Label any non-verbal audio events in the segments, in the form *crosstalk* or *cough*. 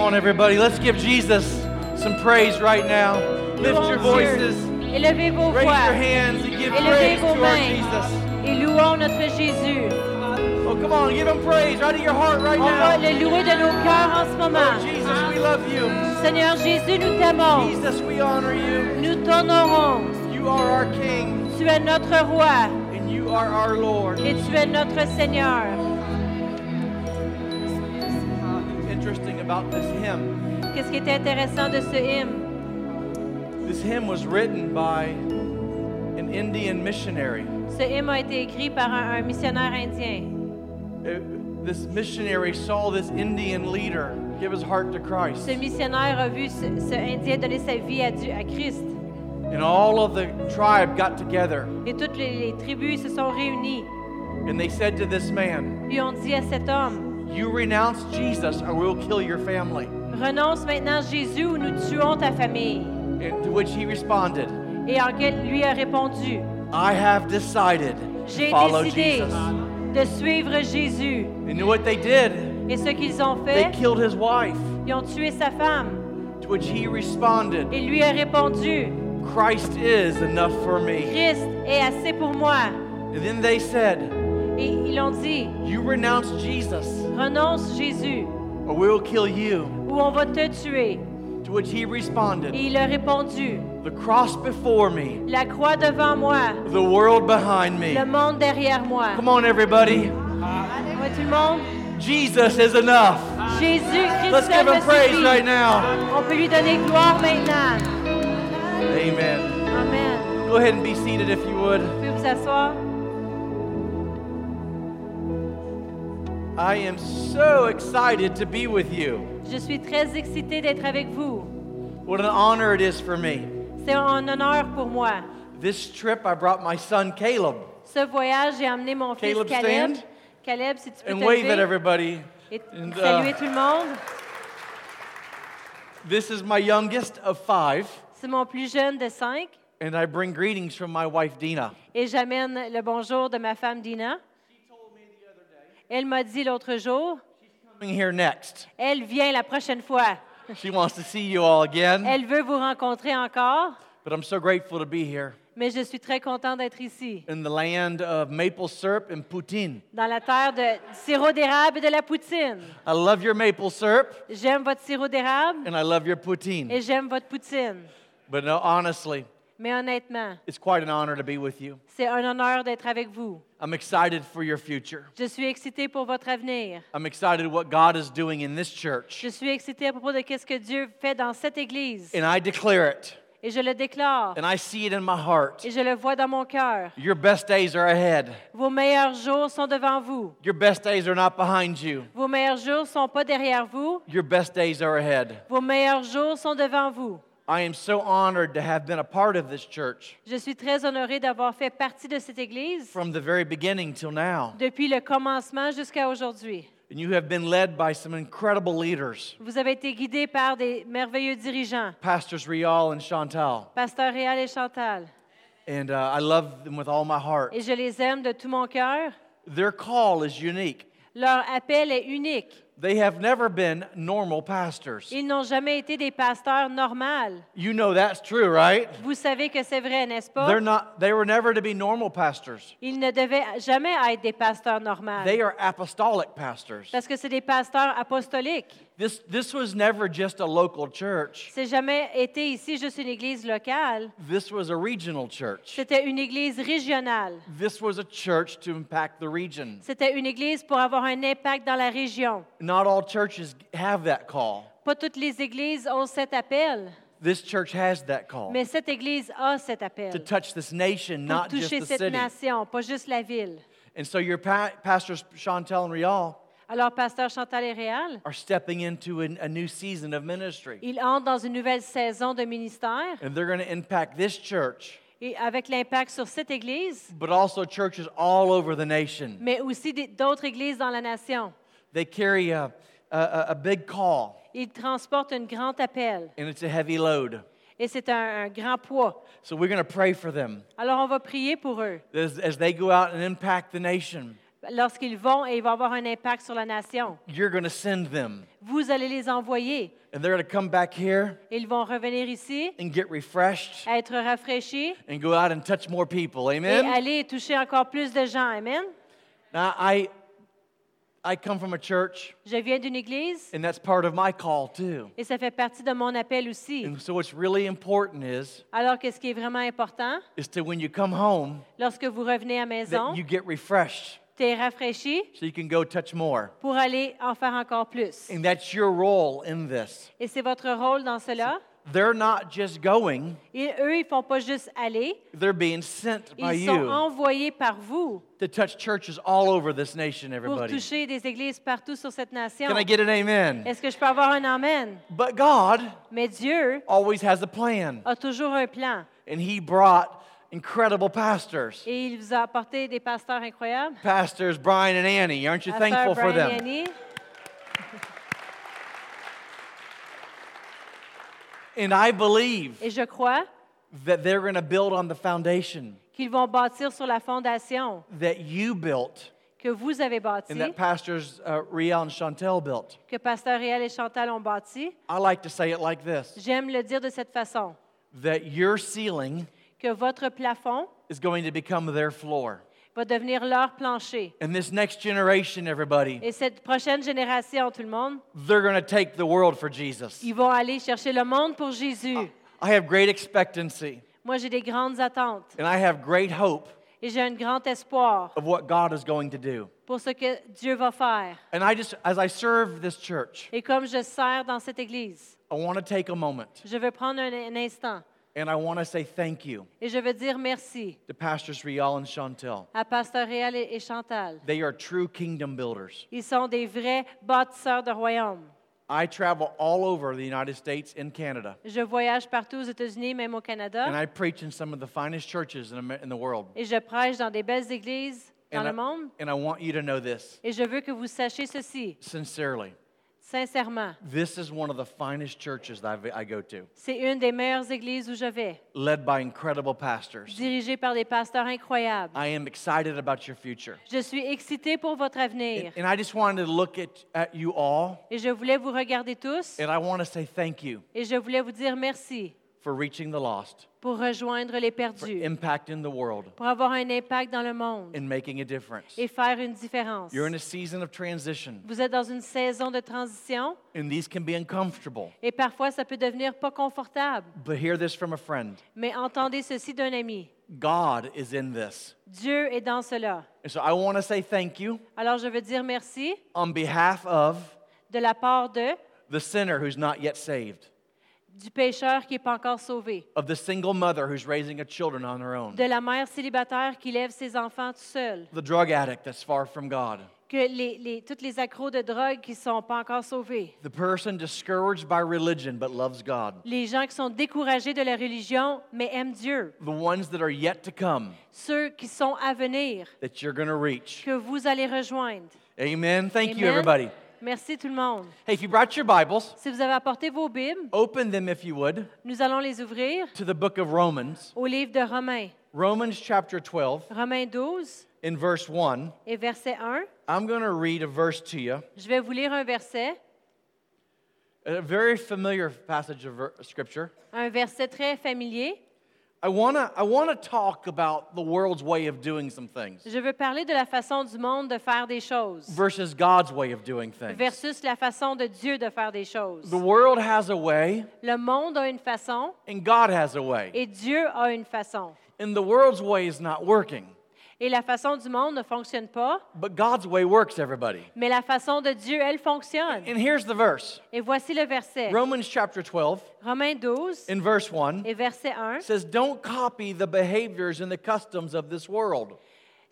on, everybody. Let's give Jesus some praise right now. Lift your Louange Dieu. voices, Élevez vos raise your voix. hands, and give Élevez praise vos to our mains. Jesus. Et louons notre Jésus. Oh, come on, give him praise right in your heart right On now. va le louer de nos cœurs en ce Lord moment. Oh, Jesus, we love you. Seigneur Jésus, nous t'aimons. Jesus, we honor you. Nous t'honorons. You are our King, Tu es notre roi and you are our Lord. et tu es notre Seigneur. Interesting about this hymn. Qu'est-ce qui est intéressant de ce hymne? This hymn was written by an Indian missionary. Ce hymne a été écrit par un, un missionnaire indien. Uh, This missionary saw this Indian leader give his heart to Christ. Ce missionnaire a vu ce, ce Indien donner sa vie à, Dieu, à Christ. And all of the tribe got together Et toutes les, les tribus se sont réunies. and they said to this man, Puis ont dit à cet homme, You renounce Jesus or we'll kill your family. renonce maintenant Jésus ou nous tuons ta famille. And to which he responded, Et en quel lui a répondu, I have decided to j'ai follow décidé Jesus. de suivre Jésus. And you know what they did? Et ce qu'ils ont They fait, killed his wife. ils ont tué sa femme. To which he responded, Et lui a répondu, Christ is enough for me. Christ est assez pour moi. And then they said, Et ils ont dit, You renounce Jesus renonce Jésus or we'll kill you. ou on va te tuer. To which he Et responded, il a répondu, The cross before me, la croix devant moi, the world behind me. le monde derrière moi. Come on, everybody. Ouais, tout le monde, Jesus is enough. Jésus Christ Let's give seul me him praise suffit. right now. On peut lui donner gloire maintenant. Amen. Amen. Go ahead and be seated if you would. Pouvez-vous vous asseoir? I am so excited to be with you. Je suis très excitée d'être avec vous. What an honor it is for me. C'est un honneur pour moi. This trip, I brought my son Caleb. Ce voyage, j'ai amené mon fils Caleb, Caleb. stand. Caleb, si tu peux And te wave lever at everybody. et And, saluer uh, tout le monde. This is my youngest of five, C'est mon plus jeune de cinq and I bring greetings from my wife Dina. et j'amène le bonjour de ma femme Dina. Elle m'a dit l'autre jour, Coming here next. elle vient la prochaine fois. She wants to see you all again, Elle veut vous rencontrer encore, but I'm so grateful to be here mais je suis très contente d'être ici, in the land of maple syrup and poutine. dans la terre de, du sirop d'érable et de la poutine. I love your maple syrup J'aime votre sirop d'érable and I love your poutine. et j'aime votre poutine. But no, honestly, Mais honnêtement, it's quite an honor to be with you. c'est un honneur d'être avec vous. I'm excited for your future. Je suis excitée pour votre avenir. I'm excited what God is doing in this church. Je suis excitée à propos de quest ce que Dieu fait dans cette Église. And I declare it, Et je le déclare. and I see it in my heart. Et je le vois dans mon cœur. Your best days are ahead. Vos meilleurs jours sont devant vous. Your best days are not behind you. Vos meilleurs jours ne sont pas derrière vous. Your best days are ahead. Vos meilleurs jours sont devant vous. I am so honored to have been a part of this church Je suis très honorée d'avoir fait partie de cette Église from the very beginning till now. depuis le commencement jusqu'à aujourd'hui. And you have been led by some incredible leaders, Vous avez été guidés par des merveilleux dirigeants, Pastors Rial and Chantal. Pasteur Réal et Chantal. And uh, I love them with all my heart. Et je les aime de tout mon cœur. Their call is unique. Leur appel est unique. They have never been normal pastors. Ils n'ont jamais été des pasteurs normaux. You know that's true, right? Vous savez que c'est vrai, n'est-ce pas? They're not they were never to be normal pastors. Ils ne devaient jamais être des pasteurs normaux. They are apostolic pastors. Parce que c'est des pasteurs apostoliques. This this was never just a local church. C'est jamais été ici juste une église locale. This was a regional church. C'était une église régionale. This was a church to impact the region. C'était une église pour avoir un impact dans la région. Not all churches have that call. Pas toutes les églises ont cet appel, This church has that call mais cette église a cet to appel touch this nation, pour not just toucher the cette city. nation, pas juste la ville. And so your pa- pastors Chantel and Rial Alors, pasteur Chantal et Réal, are stepping into an- a new season of ministry. ils entrent dans une nouvelle saison de ministère And they're going to impact this church, et avec l'impact sur cette église, but also churches all over the nation. mais aussi des- d'autres églises dans la nation. They carry a, a- a, a big call, Ils transportent un grand appel and it's a heavy load. et c'est un, un grand poids. So we're going to pray for them Alors, on va prier pour eux as, as they go out and impact the nation. lorsqu'ils vont et ils vont avoir un impact sur la nation. You're going to send them. vous allez les envoyer. and they're going to come back here Ils vont revenir ici, and get refreshed être rafraîchis and go out and touch more people. Amen. et aller toucher encore plus de gens. Amen. now I I come from a church Je viens d'une église and that's part of my call too. et ça fait partie de mon appel aussi. And so what's really important is Alors que ce qui est vraiment important, is to when you come home lorsque vous revenez à la maison, that Ben, you get refreshed tu es rafraîchi so you can go touch more. pour aller en faire encore plus. And that's your role in this. Et c'est votre rôle dans cela. They're not just going, Et eux, ils ne font pas juste aller, they're being sent by ils sont you envoyés par vous to touch churches all over this nation, pour everybody. toucher des églises partout sur cette nation. Can I get an amen? Est-ce que je peux avoir un amen? But God Mais Dieu always has a plan, a toujours un plan and He brought incredible pastors. et il vous a apporté des pasteurs incroyables. Pastors Brian and Annie, aren't you Pasteur thankful for Brian them? Yanni. And I believe Et je crois that they're going to build on the foundation qu'ils vont bâtir sur la fondation that you built que vous avez bâtie, and that pastors uh, Riel and Chantel built. que Pasteur Réal et Chantal ont bâtie. I like to say it like this J'aime le dire de cette façon, that your ceiling que votre plafond is going to become their floor. va devenir leur plancher. And this next generation, everybody, Et cette prochaine génération, tout le monde, they're going to take the world for Jesus. ils vont aller chercher le monde pour Jésus. I have great expectancy Moi, j'ai des grandes attentes and I have great hope et j'ai un grand espoir of what God is going to do. pour ce que Dieu va faire. And I just, as I serve this church, Et comme je sers dans cette église, I want to take a moment je veux prendre un, un instant and I want to say thank you et je veux dire merci to Pastors Rial and Chantel. à Pasteur Réal et, et Chantal. They are true kingdom builders. Ils sont des vrais bâtisseurs de royaume. I travel all over the United States and Canada, Je voyage partout aux États-Unis, même au and Canada, I preach in some of the finest churches in, Amer- in the world. et je prêche dans des belles églises dans And le I, monde. and I want you to know this Et je veux que vous sachiez ceci, sincerely. sincèrement, This is one of the finest churches that I've, I go to, c'est une des meilleures églises où je vais, led by incredible pastors. dirigée par des pasteurs incroyables. I am excited about your future. Je suis excitée pour votre avenir. And, and I just wanted to look at, at you all, Et je voulais vous regarder tous and I want to say thank you et je voulais vous dire merci for reaching the lost, pour rejoindre les for perdus, impacting the world, pour avoir un impact dans le monde and making a difference. et faire une différence. You're in a season of transition, Vous êtes dans une saison de transition and these can be uncomfortable. et parfois ça peut devenir pas confortable, But hear this from a friend mais entendez ceci d'un ami. God is in this. Dieu est dans cela. And so I want to say thank you Alors je veux dire merci on behalf of de la part de the sinner who's not yet saved, du pécheur qui n'est pas encore sauvé, of the single mother who's raising her children on her own, de la mère célibataire qui lève ses enfants tout seul, the drug addict that's far from God, que les, les- toutes les accros de drogue qui ne sont pas encore sauvés. the person discouraged by religion but loves God, les gens qui sont découragés de la religion, mais aiment Dieu. the ones that are yet to come Ceux qui sont à venir, that you're going to reach. que vous allez rejoindre. Amen. Thank you, Amen. everybody. Merci tout le monde. Hey, if you brought your Bibles, Si vous avez apporté vos Bibles, open them, if you would, nous allons les ouvrir to the book of Romans, au livre de Romains, Romans chapter 12, Romains 12 in verse 1. et verset 1. I'm going to read a verse to you. Je vais vous lire un verset, a very familiar passage of ver- scripture. un verset très familier. I want to I want to talk about the world's way of doing some things Je veux parler de la façon du monde de faire des choses versus God's way of doing things. versus la façon de Dieu de faire des choses. The world has a way Le monde a une façon and God has a way. et Dieu a une façon. And the world's way is not working, Et la façon du monde ne fonctionne pas but God's way works everybody. Mais la façon de Dieu, elle fonctionne. And here's the verse. Et voici le verset. Romans chapter 12 Romains 12 in verse 1 et verset 1. says don't copy the behaviors and the customs of this world.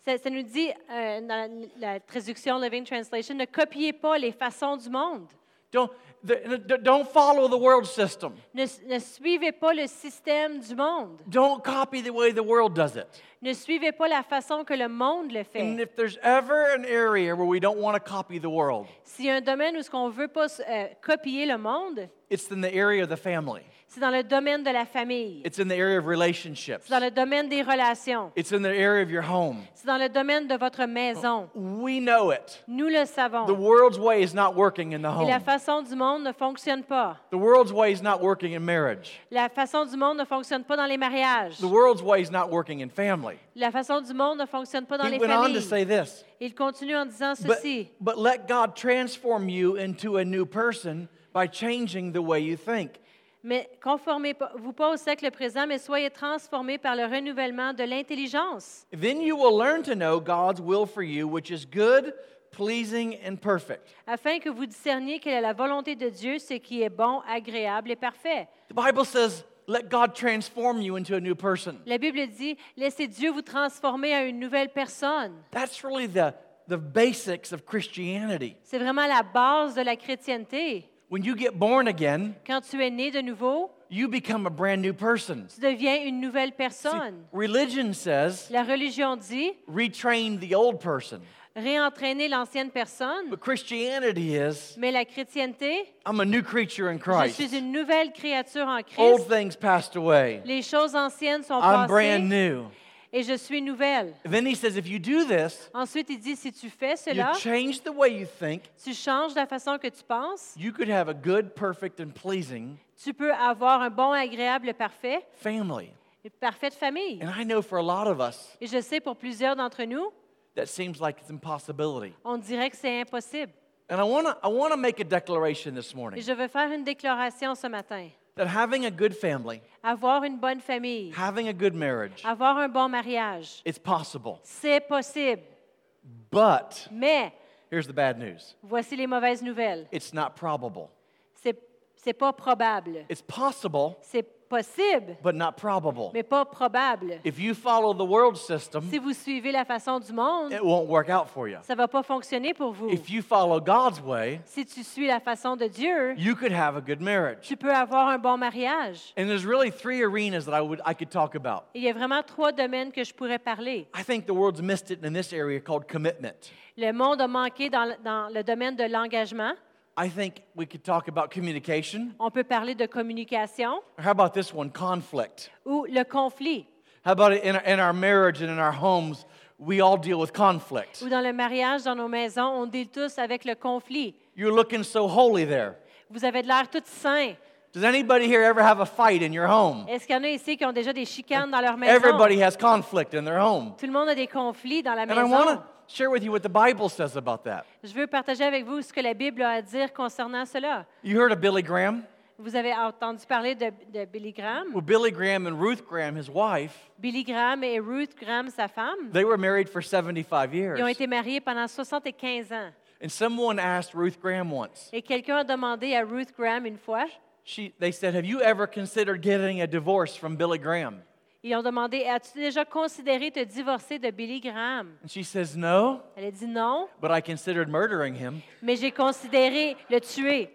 Ça, ça nous dit, euh, dans la, la traduction Living Translation, ne copiez pas les façons du monde. Don't the, don't follow the world system. Ne, ne suivez pas le système du monde. Don't copy the way the world does it. Ne suivez pas la façon que le monde le And fait. if there's ever an area where we don't want to copy the world, S'il y a un domaine où ce qu'on veut pas euh, copier le monde, it's in the area of the family. c'est dans le domaine de la famille, It's in the area of relationships. c'est dans le domaine des relations, It's in the area of your home. c'est dans le domaine de votre maison. We know it. Nous le The savons. world's way is not working in the Et la home. façon du monde ne fonctionne pas. The world's way is not working in marriage. La façon du monde ne fonctionne pas dans les mariages. The world's way is not working in family. La façon du monde ne fonctionne pas dans He les went on to familles. say this. Il continue en disant But, ceci. but let God transform you into a new person by changing the way you think. Mais conformez-vous pas au siècle présent, mais soyez transformés par le renouvellement de l'intelligence. Then you will learn to know God's will for you, which is good, pleasing, and perfect. afin que vous discerniez quelle est la volonté de Dieu, ce qui est bon, agréable et parfait. The Bible says, let God transform you into a new person. La Bible dit, laissez Dieu vous transformer en une nouvelle personne. That's really the, the basics of Christianity. C'est vraiment la base de la chrétienté. When you get born again, Quand tu es né de nouveau, you become a brand new person. tu deviens une nouvelle See, personne. religion says, La religion dit, retrain the old person. réentraîner l'ancienne personne, But Christianity is, mais la chrétienté, I'm a new creature in je Christ. suis une nouvelle créature en Old Christ. things passed away. Les choses anciennes sont I'm brand passées new. et je suis nouvelle. Then he says, if you do this, Ensuite, il dit, si tu fais you cela, change the way you think, tu changes la façon que tu penses, you could have a good, perfect, and pleasing tu peux avoir un bon, agréable, parfait, family. une parfaite famille. And I know for a lot of us, Et je sais pour plusieurs d'entre nous, that seems like it's impossibility. on dirait que c'est impossible. And I want to I want to make a declaration this Et morning je veux faire une déclaration ce matin. that having a good family, Avoir une bonne famille, having a good marriage, avoir un bon mariage, it's possible. c'est possible. But Mais here's the bad news. voici les mauvaises nouvelles. It's not probable. C'est c'est pas probable. It's possible, C'est possible, but not probable. mais pas probable. If you follow the world system, Si vous suivez la façon du monde, it won't work out for you. ça va pas fonctionner pour vous. If you follow God's way, Si tu suis la façon de Dieu, you could have a good marriage. tu peux avoir un bon mariage. And there's really three arenas that I would I could talk about. Il y a vraiment trois domaines que je pourrais parler. I think the world's missed it in this area called commitment. Le monde a manqué dans, le- dans le domaine de l'engagement. I think we could talk about communication. On peut parler de communication Or how about this one, conflict? ou le conflit. How about in our, in our marriage and in our homes, we all deal with conflict. Ou dans le mariage, dans nos maisons, on deal tous avec le conflit. You're looking so holy there. Vous avez de l'air tout sain. Does anybody here ever have a fight in your home? Est-ce qu'il y en a ici qui ont déjà des chicanes dans leur maison? Everybody has conflict in their home. Tout le monde a des conflits dans la And I maison. want to share with you what the Bible says about that. Je veux partager avec vous ce que la Bible a à dire concernant cela. You heard of Billy Graham? Vous avez entendu parler de, de Billy Graham. Well, Billy Graham and Ruth Graham, his wife, Billy Graham et Ruth Graham, sa femme, they were married for 75 ils ont years. été mariés pendant 75 ans. And someone asked Ruth Graham once, Et quelqu'un a demandé à Ruth Graham une fois, she, they said, Have you ever considered getting a divorce from Billy Graham? ils ont demandé, as-tu déjà considéré te divorcer de Billy Graham? And she says, No, Elle a dit non, but I considered murdering him. mais j'ai considéré le tuer.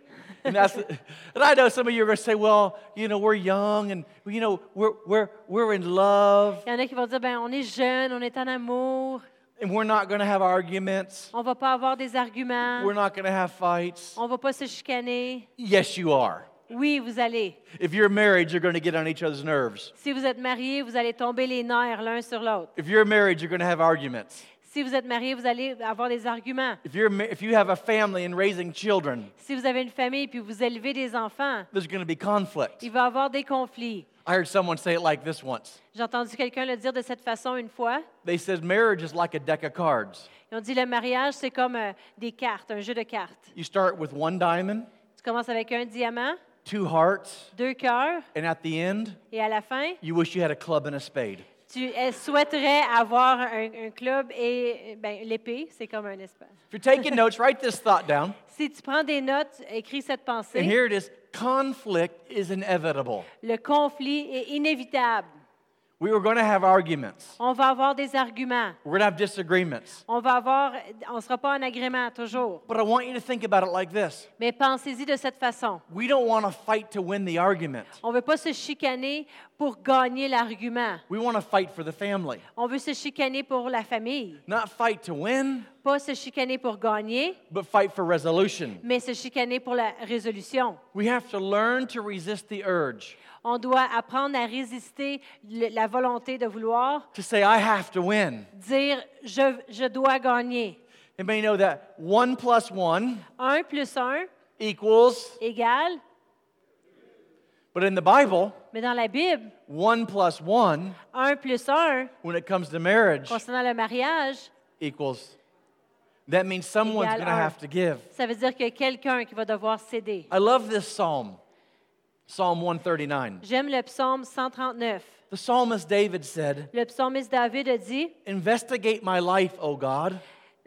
And, that's, *laughs* and I know some of you are going to say, well, you know, we're young and, you know, we're, we're, we're in love Il y en a qui vont dire, ben on est jeune, on est en amour, and we're not going to have arguments. on va pas avoir des arguments, We're not going to have fights. on va pas se chicaner. Yes, you are. Oui, vous allez. If you're married, you're going to get on each other's nerves. Si vous êtes mariés, vous allez tomber les nerfs l'un sur l'autre. If you're married, you're going to have arguments. Si vous êtes mariés, vous allez avoir des arguments. If, you're, ma- if you have a family and raising children, Si vous avez une famille puis vous élevez des enfants, there's going to be conflict. il va y avoir des conflits. I heard someone say it like this once. J'ai entendu quelqu'un le dire de cette façon une fois. They said marriage is like a deck of cards. Ils ont dit le mariage, c'est comme euh, des cartes, un jeu de cartes. You start with one diamond, Tu commences avec un diamant, two hearts, deux cœurs, and at the end, et à la fin, you wish you had a club and a spade. tu euh, souhaiterais avoir un, un club et euh, ben, l'épée, c'est comme un espace. If you're taking notes, write this thought down. Si tu prends des notes, écris cette And pensée. here it is conflict is inevitable. Le conflit est inévitable. We were going to have arguments. On va avoir des arguments. We're going to have disagreements. On va avoir, on sera pas en agrément toujours. But I want you to think about it like this. Mais pensez-y de cette façon. We don't want to fight to win the argument. On veut pas se chicaner pour gagner l'argument. We want to fight for the family. On veut se chicaner pour la famille. Not fight to win, Pas se chicaner pour gagner, but fight for resolution. mais se chicaner pour la résolution. We have to learn to resist the urge On doit apprendre à résister le- la volonté de vouloir to say, I have to win. dire je, je dois gagner. And may know that one plus one 1 plus 1 equals, égale, but in the Bible, mais dans la Bible, one plus one 1 plus 1 when it comes to marriage concernant le mariage, equals. That means someone's Egal going to un. have to give. ça veut dire qu'il y a quelqu'un qui va devoir céder. I love this psalm, Psalm 139. J'aime le psaume 139. The psalmist David said, Le psalmiste David a dit Investigate my life, O God.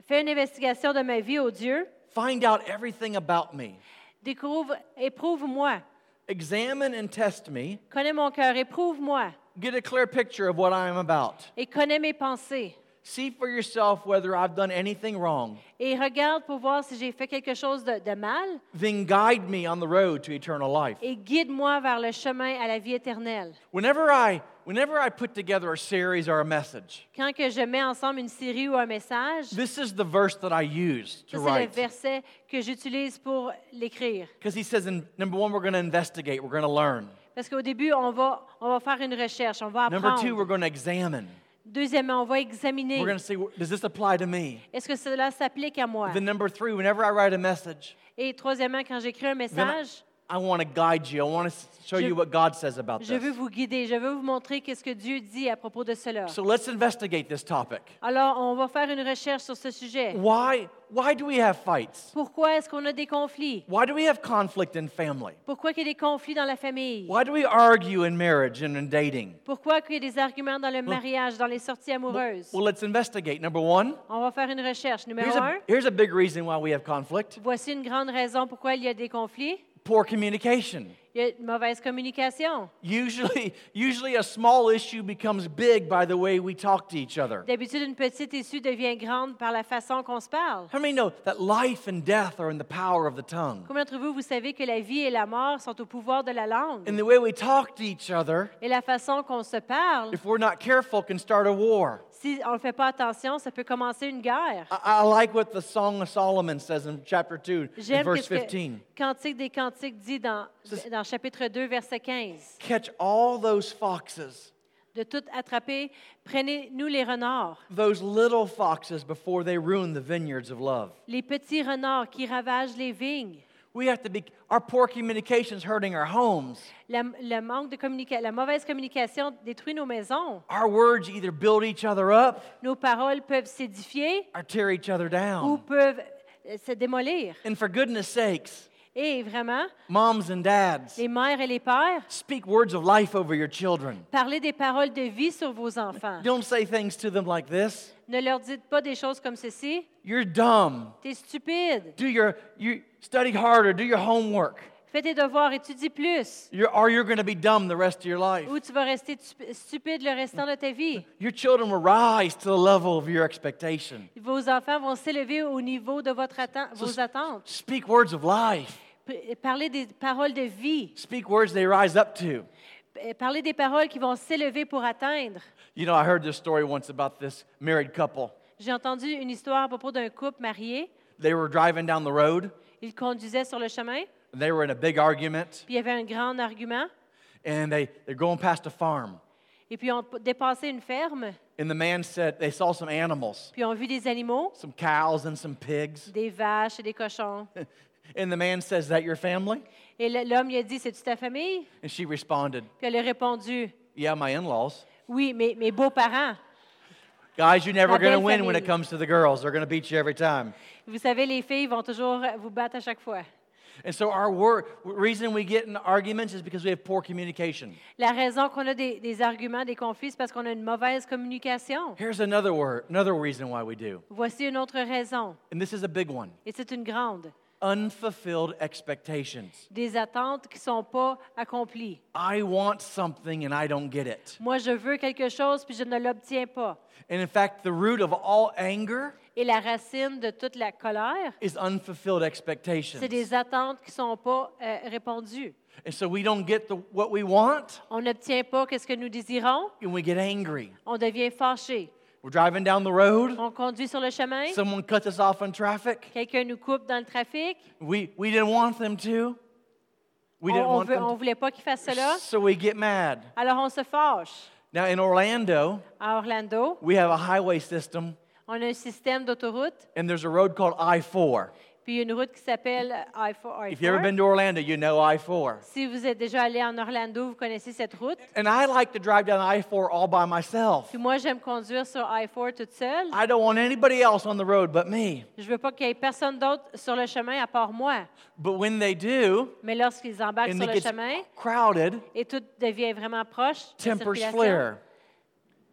Fais une investigation de ma vie, ô Dieu, Find out everything about me. découvre, éprouve-moi, Examine and test me. connais mon cœur, éprouve-moi Get a clear picture of what I am about. et connais mes pensées. See for yourself whether I've done anything wrong. Et regarde pour voir si j'ai fait quelque chose de, de mal Then guide me on the road to eternal life. et guide-moi vers le chemin à la vie éternelle. Whenever I, whenever I put together a series or a message, Quand que je mets ensemble une série ou un message, ça, this is the verse that I use c'est to le write. verset que j'utilise pour l'écrire. Because he says, in, number one, we're going to investigate, we're going to learn. Parce qu'au début, on va, on va faire une recherche, on va Number two, we're apprendre. going to examine. Deuxièmement, on va We're examiner. going to say, does this apply to me? Est-ce que cela s'applique à moi? Then number three, whenever I write a message, Et troisièmement, quand j'écris un then I, message, want to guide you. I want to show Je- you what God says about je veux this. vous guider, je veux vous montrer qu'est-ce que Dieu dit à propos de cela. So let's investigate this topic. Alors, on va faire une recherche sur ce sujet. Why, why do we have fights? Pourquoi est-ce qu'on a des conflits? Why do we have conflict in family? Pourquoi qu'il y a des conflits dans la famille? Why do we argue in marriage and in dating? Pourquoi qu'il y a des arguments dans le mariage, dans les sorties amoureuses? Well, let's investigate. Number one, On va faire une recherche. here's Numéro un, a, here's a big reason why we have conflict voici une grande raison pourquoi il y a des conflits. poor communication. Il y a une mauvaise communication. Usually, *laughs* usually a small issue becomes big by the way we talk to each other. D'habitude, une petite issue devient grande par la façon qu'on se parle. How many know that life and death are in the power of the tongue? Combien d'entre vous, vous savez que la vie et la mort sont au pouvoir de la langue? And the way we talk to each other, Et la façon qu'on se parle, if we're not careful, can start a war. si on ne fait pas attention, ça peut commencer une guerre. I, I like what the Song of Solomon says in chapter 2, in J'aime verse ce que 15. Cantique des Cantiques dit dans, C'est- dans chapitre 2, verset 15. Catch all those foxes, De tout attraper, prenez-nous les renards, those little foxes, before they ruin the vineyards of love. les petits renards qui ravagent les vignes. We have to be, our poor communication's hurting our homes. La, le manque de communica- la mauvaise communication détruit nos maisons. Our words either build each other up Nos paroles peuvent s'édifier or tear each other ou down. peuvent euh, se démolir. And for goodness sakes, Et vraiment, moms and dads, les mères et les pères, speak words of life over your children. parlez des paroles de vie sur vos enfants. Don't say things to them like this. Ne leur dites pas des choses comme ceci. You're dumb. T'es stupide. Do your you study harder, do your homework. Fais tes devoirs, étudie plus. You're, or you're going to be dumb the rest of your life. Ou tu vas rester tu- stupide le restant de ta vie. Your children will rise to the level of your expectation. Vos enfants vont s'élever au niveau de votre atten- So vos attentes. Speak words of life. P- Parlez des paroles de vie. Speak words they rise up to. P- Parlez des paroles qui vont s'élever pour atteindre. You know, I heard this story once about this married couple. J'ai entendu une histoire à propos d'un couple marié. They were driving down the road, Ils conduisaient sur le chemin, puis and they were in a big argument, il y avait un grand argument. and they, they're going past a farm. Et puis on dépassait une ferme, And the man said they saw some animals, puis on vu des animaux, some cows and some pigs. *laughs* des vaches et des cochons. And the man says, Is that your family? Et le- l'homme lui a dit, c'est-tu ta famille? And she responded, Puis elle a répondu, Yeah, my in laws. oui, mais mes beaux-parents. Guys, you're never La going to belle win when it famille. comes to the girls. They're going to beat you every time. Vous savez, les filles vont toujours vous battre à chaque fois. And so, our wor- reason we get in arguments is because we have poor communication. La raison qu'on a des, des arguments, des conflits, c'est parce qu'on a une mauvaise communication. Here's another word, another reason why we do, Voici une autre raison, and this is a big one. et c'est une grande. unfulfilled expectations. des attentes qui ne sont pas accomplies. I want something and I don't get it. Moi, je veux quelque chose, puis je ne l'obtiens pas. And in fact, the root of all anger Et la racine de toute la colère, is unfulfilled c'est expectations. des attentes qui ne sont pas euh, répondues. And so we don't get the, what we want On n'obtient pas ce que nous désirons, and we get angry. on devient fâché. We're driving down the road, On conduit sur le chemin, someone cuts us off in traffic. quelqu'un nous coupe dans le trafic, We, we didn't want them to. We on didn't want ne them voulait pas qu'il fasse cela, to. So we get mad. alors on se fâche. Now in Orlando, À Orlando, we have a highway system on a un système d'autoroute, and there's a road called I-4. puis une route qui s'appelle I-4. If you've ever been to Orlando, you know I-4. Si vous êtes déjà allé en Orlando, vous connaissez cette route. And I like to drive down I-4 all by myself. Puis moi, j'aime conduire sur I-4 toute seule. I don't want anybody else on the road but me. Je veux pas qu'il y ait personne d'autre sur le chemin à part moi. But when they do, Mais lorsqu'ils embarquent and sur it le gets chemin crowded, et tout devient vraiment proche, la tempers circulation, flare.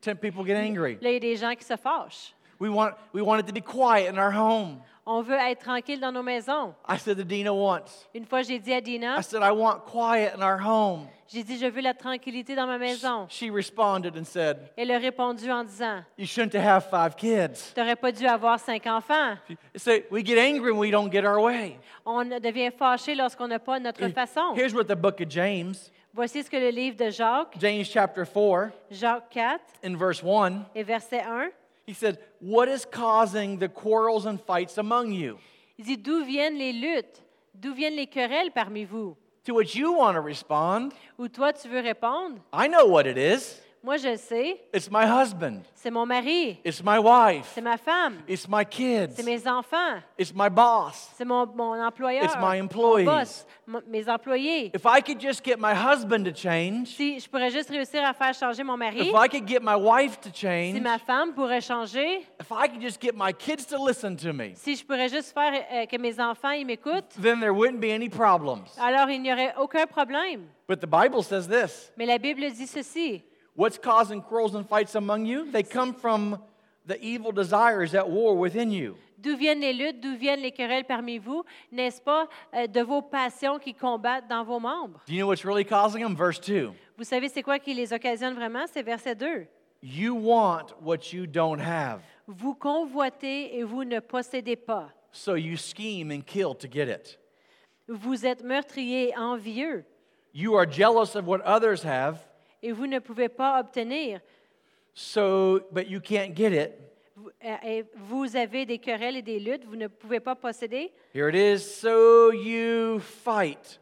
Temp people get angry. là, il y a des gens qui se fâchent. We want, we want it to be quiet in our home. On veut être tranquille dans nos maisons. I said to Dina once, Une fois, j'ai dit à Dina, I said, I want quiet in our home. j'ai dit, je veux la tranquillité dans ma maison. She responded and said, Elle a répondu en disant, You shouldn't have five kids. tu n'aurais pas dû avoir cinq enfants. So we get angry when we don't get our way. On devient fâché lorsqu'on n'a pas notre façon. Here's what the book of James, Voici ce que le livre de Jacques, James chapter 4, Jacques 4 in verse 1, et verset 1, he said, What is causing the quarrels and fights among you? il dit, d'où viennent les luttes? D'où viennent les querelles parmi vous? To which you want to respond, Ou toi, tu veux répondre? I know what it is. Moi, je le sais, It's my husband. c'est mon mari, It's my wife. c'est ma femme, It's my kids. c'est mes enfants, It's my boss. c'est mon, mon employeur, It's my mon employees. boss, m- mes employés. If I could just get my husband to change, Si je pourrais juste réussir à faire changer mon mari, if I could get my wife to si change, ma femme pourrait changer, if I could just get my kids to listen to me, si je pourrais juste faire euh, que mes enfants ils m'écoutent, then there wouldn't be any problems. alors il n'y aurait aucun problème. But the Bible says this Mais la Bible dit ceci. What's causing quarrels and fights among you? They come from the evil desires at war within you. D'où viennent les luttes, d'où viennent les querelles parmi vous, n'est-ce pas, euh, de vos passions qui combattent dans vos membres? Do you know what's really causing them? Verse 2 Vous savez, c'est quoi qui les occasionne vraiment? C'est verset 2. You want what you don't have, Vous convoitez et vous ne possédez pas. so you scheme and kill to get it. Vous êtes meurtrier, envieux, You are jealous of what others have, et vous ne pouvez pas obtenir. so but you can't get it. Vous, euh, et vous avez des querelles et des luttes, vous ne pouvez pas posséder. Here it is. So you fight.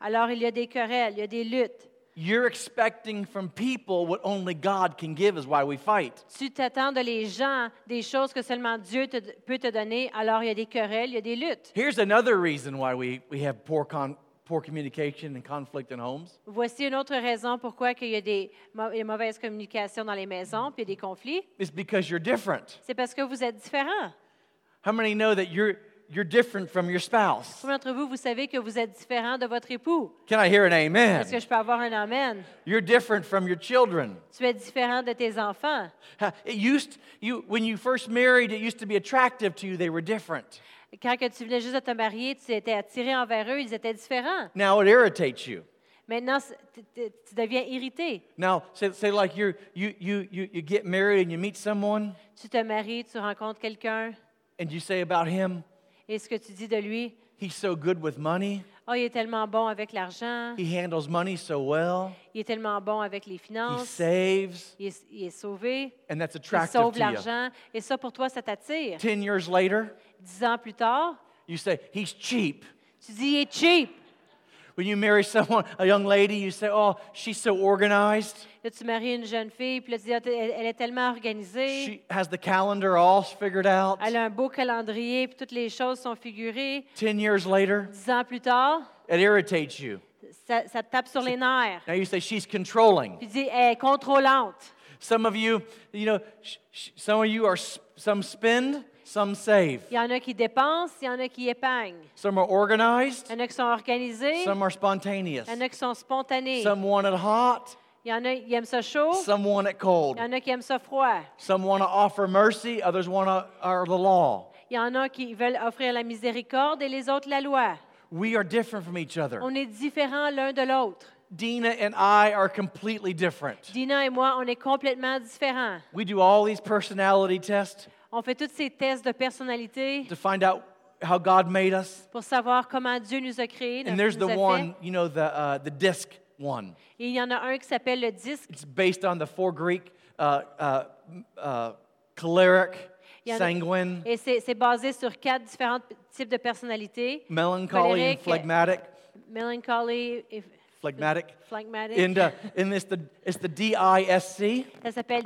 Alors il y a des querelles, il y a des luttes. You're expecting from people what only God can give is why we fight. Tu t'attends de les gens des choses que seulement Dieu te- peut te donner, alors il y a des querelles, il y a des luttes. Here's another reason why we, we have poor, con, poor communication and conflict in homes. Voici une autre raison pourquoi qu'il y a des, mau- des mauvaises communications dans les maisons, puis il y a des conflits. It's because you're different. C'est parce que vous êtes différents. How many know that you're, you're different from your spouse? Combien d'entre vous, vous savez que vous êtes différents de votre époux? Can I hear an Est-ce que amen? je peux avoir un amen? You're different from your children. Tu es différent de tes enfants. Ha- It used you when you first married, it used to be attractive to you. They were different. Quand que tu venais juste de te marier, tu étais attiré envers eux, ils étaient différents. Now it irritates you. Maintenant, c'est- t- t- tu deviens irrité. Now say, say like you're, you you you you get married and you meet someone Tu te maries, tu rencontres quelqu'un, and you say about him, et ce que tu dis de lui, he's so good with money. oh, il est tellement bon avec l'argent, He handles money so well. il est tellement bon avec les He finances, saves, il est, il est sauvé, and that's il attractive sauve to l'argent, et ça, pour toi, ça t'attire. you. Ten years later, Dix ans plus tard, you say he's cheap. tu dis, il est cheap. When you marry someone, a young lady, you say, "Oh, she's so organized. Là, tu maries une jeune fille, puis là, tu dis, Ah, t'es- elle, elle est tellement organisée. She has the calendar all figured out." Elle a un beau calendrier, puis toutes les choses sont figurées. Ten years later, Dix ans plus tard, it irritates you. ça, ça te tape sur les nerfs. Now you say she's controlling. Puis tu dis, elle est contrôlante. Some of you, you know, sh- sh- some of you are s- some spend, some save. Il y en a qui dépensent, il y en a qui épargnent. Some are organized, Il y en a qui sont organisés, some are il spontaneous. y en a qui sont spontanés. Some want it hot, Il y en a qui aiment ça chaud, some want it cold. il y en a qui aiment ça froid. Some want to offer mercy, others want to are the law. Il Il y en a qui veulent offrir la miséricorde et les autres la loi. We are different from each other. On est différents l'un de l'autre. Dina and I are completely different. Dina et moi, on est complètement différents. We do all these personality tests On fait tous ces tests de personnalité to find out how God made us. pour savoir comment Dieu nous a créés. And nous there's the a fait. one, you know, the, uh, the disc one. Et il y en a un qui s'appelle le disque. It's based on the four Greek uh, uh, uh, choleric, Il y en a- sanguine, Et c'est c'est basé sur quatre différents types de personnalités. melancholy, and Choleric, phlegmatic. Melancholy et Phlegmatic. phlegmatic. And, uh, and it's the, it's the D-I-S-C. Ça s'appelle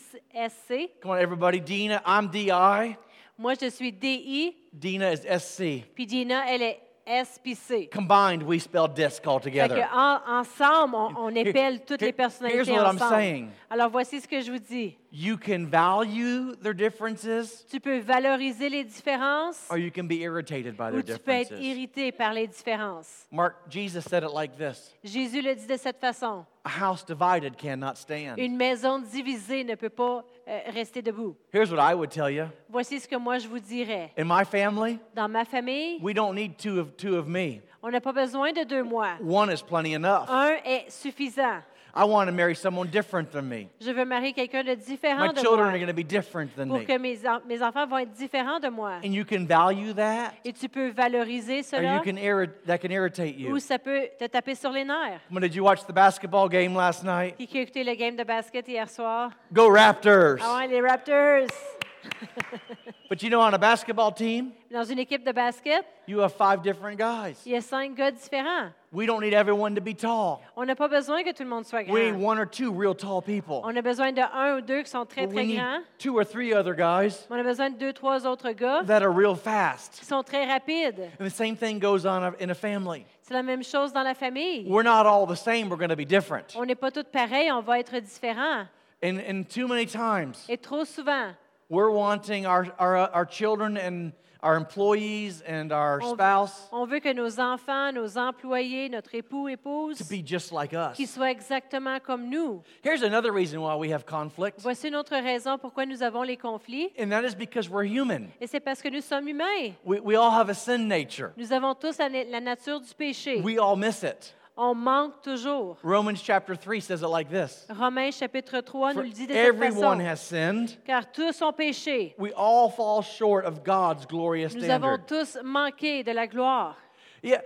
D-I-S-C. Come on, everybody. Dina, I'm D-I. Moi, je suis D-I, Dina is S-C. puis Dina, elle est S puis C. Combined, we spell disc all Fait que together. en- ensemble, on, on Here- épelle toutes here- les personnalités here's what I'm ensemble. saying. Alors voici ce que je vous dis. You can value their differences Tu peux valoriser les différences or you can be irritated by ou their tu peux être Oh, differences. irrité par les différences. Mark, Jesus said it like this Jésus le dit de cette façon. A house divided cannot stand. Une maison divisée ne peut pas euh, rester debout. Here's what I would tell you. Voici ce que moi je vous dirais. In my family, Dans ma famille, we don't need two of two of me. on n'a pas besoin de deux mois. One is plenty enough. Un est suffisant. I want to marry someone different than me. Je veux marier quelqu'un de My différent de children are moi going to be different than pour me. que mes, en- mes enfants vont être différents de moi. And you can value that Et tu peux valoriser or you cela can irri- that can irritate you. ou ça peut te taper sur les nerfs. Come on, Did you watch the basketball game last night? Qui qui a écouté le game de basket hier soir? Go Raptors! Ah ouais, les Raptors! But you know, on a basketball team, Dans une équipe de basket, you have five different guys. il y a cinq gars différents. We don't need everyone to be tall. On n'a pas besoin que tout le monde soit We need grand. one or two real tall people. On a besoin de un ou deux qui sont très, But we très need grands. two or three other guys On a besoin de deux, trois autres gars that are real fast. qui sont très rapides. And the same thing goes on in a family. C'est la même chose dans la famille. We're not all the same, we're going to be different. On n'est pas tous pareils, on va être différents. And, and too many times, Et trop souvent, we're wanting our, our, uh, our children and our employees and our on, spouse on veut que nos enfants, nos employés, notre époux, épouse, to be just like us. qu'ils soient exactement comme nous. Here's another reason why we have conflict, Voici une autre raison pourquoi nous avons les conflits. and that is because we're human. Et c'est parce que nous sommes humains. We, we all have a sin nature. Nous avons tous la, na- la nature du péché. We all miss it. On manque toujours. Romans chapter 3 says it like this Romains chapitre 3 nous For le dit de cette Everyone façon. has sinned. Car tous ont péché. We all fall short of God's glorious Nous avons standard. tous manqué de la gloire. Yeah,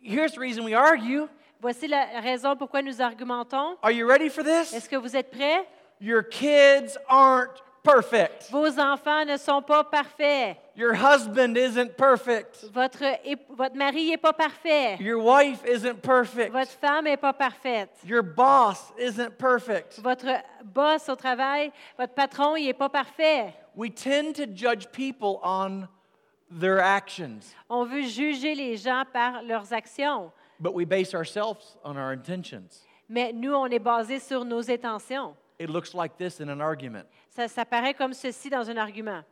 here's the reason we argue. Voici la raison pourquoi nous argumentons. Are you ready for this? Est-ce que vous êtes prêts? Your kids aren't perfect. Vos enfants ne sont pas parfaits. Your husband isn't perfect. Votre, ép- votre mari n'est pas parfait. Your wife isn't perfect. Votre femme n'est pas parfaite. Your boss isn't perfect. Votre boss au travail, votre patron, il n'est pas parfait. We tend to judge people on their actions, On veut juger les gens par leurs actions. but we base ourselves on our intentions. Mais nous, on est basé sur nos intentions. It looks like this in an argument. Ça, ça paraît comme ceci dans un argument.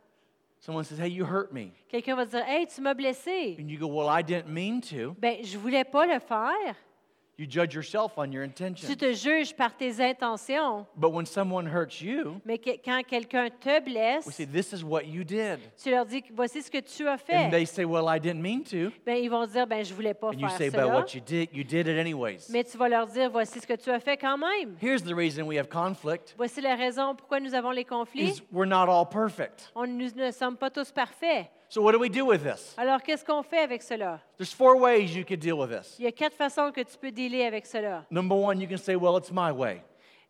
Someone says, Hey, you hurt me. Quelqu'un va dire Hey, tu m'as blessé. And you go, Well, I didn't mean to. Ben, je voulais pas le faire. You judge yourself on your Tu intention. te juges par tes intentions. But when someone hurts you, Mais que- quand quelqu'un te blesse, we say, This is what you did. tu leur dis Voici ce que tu as fait. And they say, Well, I didn't mean to. Ben, ils vont dire ben, Je voulais pas And you faire say, But cela. what you did, you did it anyways. Mais tu vas leur dire Voici ce que tu as fait quand même. Here's the reason we have conflict Voici la raison pourquoi nous avons les conflits. is we're not all perfect. On, nous ne sommes pas tous parfaits. So what do we do with this? Alors, qu'est-ce qu'on fait avec cela? There's four ways you could deal with this. Il y a quatre façons que tu peux dealer avec cela. Number one, you can say, Well, it's my way.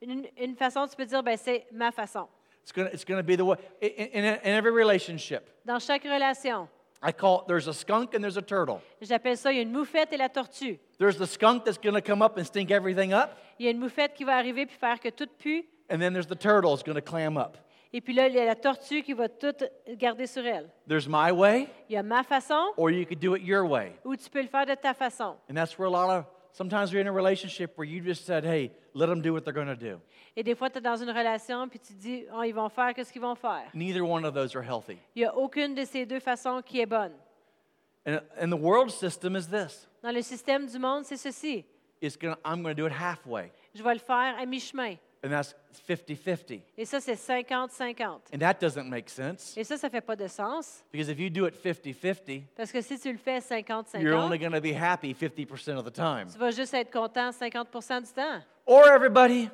Une, une façon, tu peux dire, ben, c'est ma façon. It's gonna, it's gonna be the way. In, in, in every relationship, Dans chaque relation, I call it, there's a skunk and there's a turtle. j'appelle ça, il y a une moufette et la tortue. There's the skunk that's gonna come up and stink everything up, Il y a une moufette qui va arriver puis faire que tout pue. and then there's the turtle that's gonna clam up. Et puis là, il y a la tortue qui va tout garder sur elle. There's my way, Il y a ma façon or you could do it your way. ou tu peux le faire de ta façon. And that's where a lot of sometimes you're in a relationship where you just said, hey, let them do what they're gonna do. Et des fois, tu es dans une relation puis tu dis, oh, ils vont faire quest ce qu'ils vont faire. Neither one of those are healthy. Il n'y a aucune de ces deux façons qui est bonne. And, and the world system is this Dans le système du monde, c'est ceci. it's gonna, I'm gonna do it halfway. Je vais le faire à mi-chemin. and that's 50 50. Et ça, c'est 50-50. And that doesn't make sense Et ça, ça fait pas de sens. because if you do it 50 50, Parce que si tu le fais you're only 50-50, going to be happy 50% of the time. tu vas juste être content 50 du temps. Or, everybody,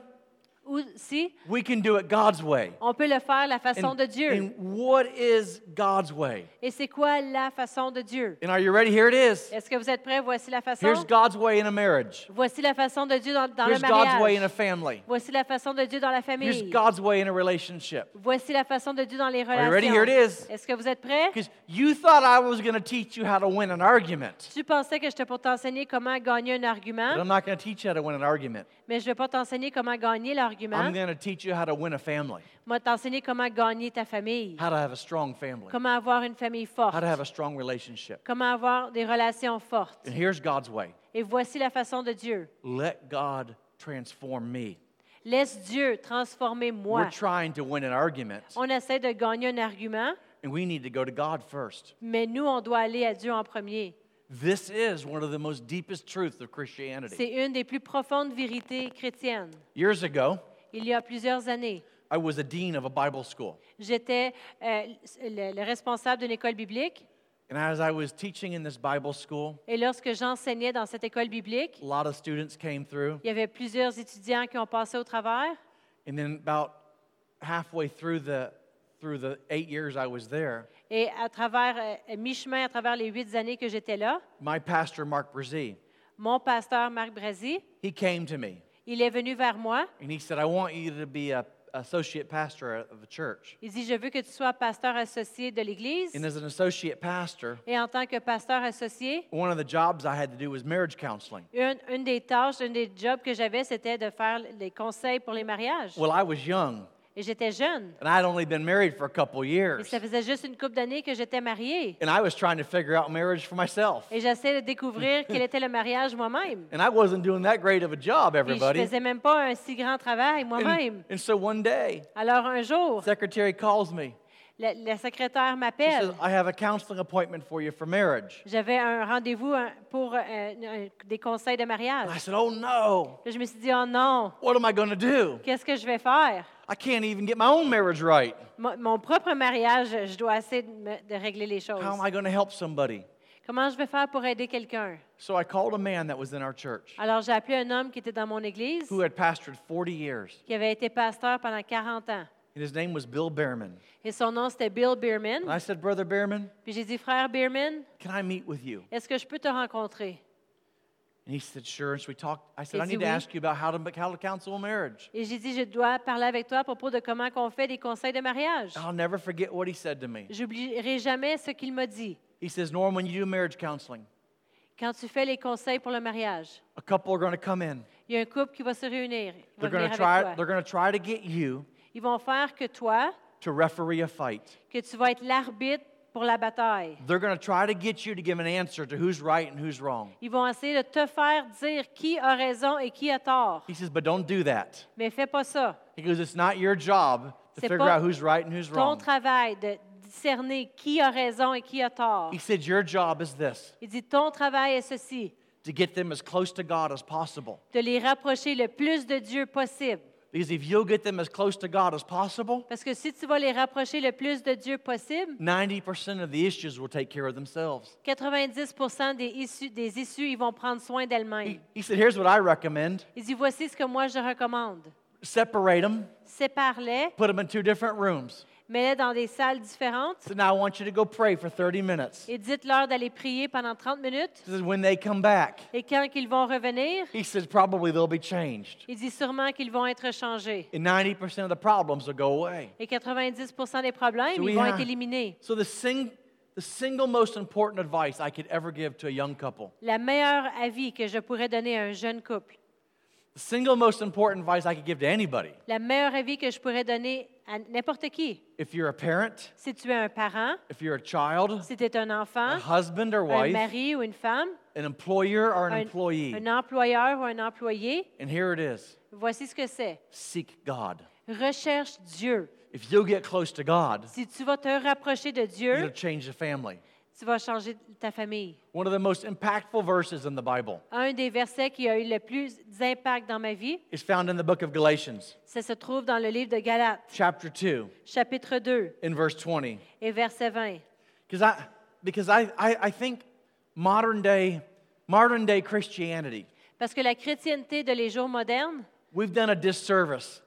Ou si we can do it God's way. on peut le faire la façon de Dieu. and what is God's way? Et c'est quoi la façon de Dieu? And are you ready? Here it is. Est-ce que vous êtes prêts? Voici la Here's façon. God's way in a marriage. Voici la façon de Dieu dans, dans le Here's God's way in a mariage. family. Voici la façon de Dieu dans la Here's famille. God's way in a relationship. Voici la façon de Dieu dans les you ready? relations. Here it is. Est-ce que vous êtes prêts? Because you thought I was going to teach you how to win an argument, Tu pensais que j'étais pour t'enseigner comment gagner un but argument, I'm not going to teach you how to win an argument. mais je ne vais pas t'enseigner comment gagner l'argument. I'm going to teach you how to win a family, Je vais t'enseigner comment gagner ta famille, how to have a strong family, comment avoir une famille forte, how to have a strong relationship. comment avoir des relations fortes. And here's God's way Et voici la façon de Dieu. let God transform me. Laisse Dieu transformer moi. We're trying to win an argument, On essaie de gagner un argument, and we need to go to God first. mais nous, on doit aller à Dieu en premier. This is one of the most deepest truths of Christianity. C'est une des plus profondes vérités chrétiennes. Years ago, Il y a plusieurs années, I was a dean of a Bible school. j'étais euh, le, le responsable d'une école biblique. And as I was teaching in this Bible school, Et lorsque j'enseignais dans cette école biblique, a lot of students came through. il y avait plusieurs étudiants qui ont passé au travers. And then about halfway through the through the 8 years I was there, Et à travers, euh, mi-chemin, à travers les huit années que j'étais là, my pastor Mark Brzee, mon pasteur Marc Brasi, he came to me il est venu vers moi. and he said, "I want you to be a associate pastor of a church." Il dit, je veux que tu sois pasteur associé de l'Église. And as an associate pastor, Et en tant que pasteur associé, one of the jobs I had to do was marriage counseling. une, une des tâches, une des jobs que j'avais, c'était de faire les conseils pour les mariages. Well, I was young Et j'étais jeune. and I'd only been married for a couple Et years. ça faisait juste une couple d'années que j'étais mariée. And I was trying to figure out marriage for myself. Et j'essayais de découvrir quel était le mariage moi-même. And I wasn't doing that great of a job, Puis je everybody. faisais même pas un si grand travail And, moi-même. and so one day, Alors un jour, secretary calls me. la, la secrétaire She says, m'appelle. I have a counseling appointment for you for marriage. J'avais un rendez-vous hein, pour euh, un- des conseils de And I mariage. said, Oh no, Là, je me suis dit, oh non, what am I going to do? qu'est-ce que je vais faire? I can't even get my own marriage right. Mon, mon propre mariage, je dois essayer de, me- de régler les choses. How am I going to help somebody? Comment je vais faire pour aider quelqu'un? So I called a man that was in our church Alors j'ai appelé un homme qui était dans mon église, who had pastored 40 years. qui avait été pasteur pendant 40 ans. And his name was Bill Behrman. Et son nom, c'était Bill And Bierman. I said, Brother Behrman, Puis j'ai dit, frère Bierman, can I meet with you? est-ce que je peux te rencontrer? And And he said, Sure. And so we talked. I said, Et I si need to oui. ask you about how to, how to counsel a marriage. Et j'ai dit, je dois parler avec toi à propos de comment qu'on fait des conseils de mariage. And I'll never forget what he said to me. J'oublierai jamais ce qu'il m'a dit. He says, Norm, when you do marriage counseling, Quand tu fais les conseils pour le mariage, a couple are going to come in. il y a un couple qui va se réunir. Ils They're vont, going venir to avec try. toi. They're going to try to get you Ils vont faire que toi, to referee a fight. que tu vas être l'arbitre pour la bataille. They're going to try to get you to give an answer to who's right and who's wrong. Ils vont essayer de te faire dire qui a raison et qui a tort. He says, but don't do that. Mais fais pas ça. He goes, it's not your job to C'est figure pas out who's right and who's Ton wrong. travail de discerner qui a raison et qui a tort. He said, your job is this Il dit, ton travail est ceci, to get them as close to God as possible. de les rapprocher le plus de Dieu possible. Because if you'll get them as close to God as possible, Parce que si tu vas les rapprocher le plus de Dieu possible, 90% of the issues will take care of themselves. 90 des issues, des issues, ils vont prendre soin He, d'elles-mêmes. he said, here's what I recommend Il dit, voici ce que moi je recommande. separate them, Sépare-les, put them in two different rooms. mets-les dans des salles différentes So now I want you to go pray for 30 minutes. et dites-leur d'aller prier pendant 30 minutes. He says, when they come back, Et quand ils vont revenir, he says, probably they'll be changed. il dit sûrement qu'ils vont être changés. And 90% of the problems will go away. Et 90 des problèmes, So we ils vont have- être éliminés. So the, sing, the single most important advice I could ever give to a young couple, La meilleure avis que je pourrais donner à un jeune couple, the single most important advice I could give to anybody, la meilleure avis que je pourrais donner à n'importe qui, if you're a parent, si tu es un parent, if you're a child, si tu es un enfant, a husband or un Uh-huh. wife, mari ou une femme, an employer or an un, employee, un employeur ou un employé, and here it is voici ce que c'est. seek God. Recherche Dieu. If you'll get close to God, Si tu vas te rapprocher de it'll Dieu, change the family. tu vas changer ta famille. One of the most impactful verses in the Bible Un des versets qui a eu le plus d'impact dans ma vie, is found in the book of Galatians, ça se trouve dans le livre de Galates, chapter 2, chapitre 2 in verse 20. et verset 20. Because I, because I, I, I think modern day, modern day Christianity, Parce que la chrétienté de les jours modernes, we've done a disservice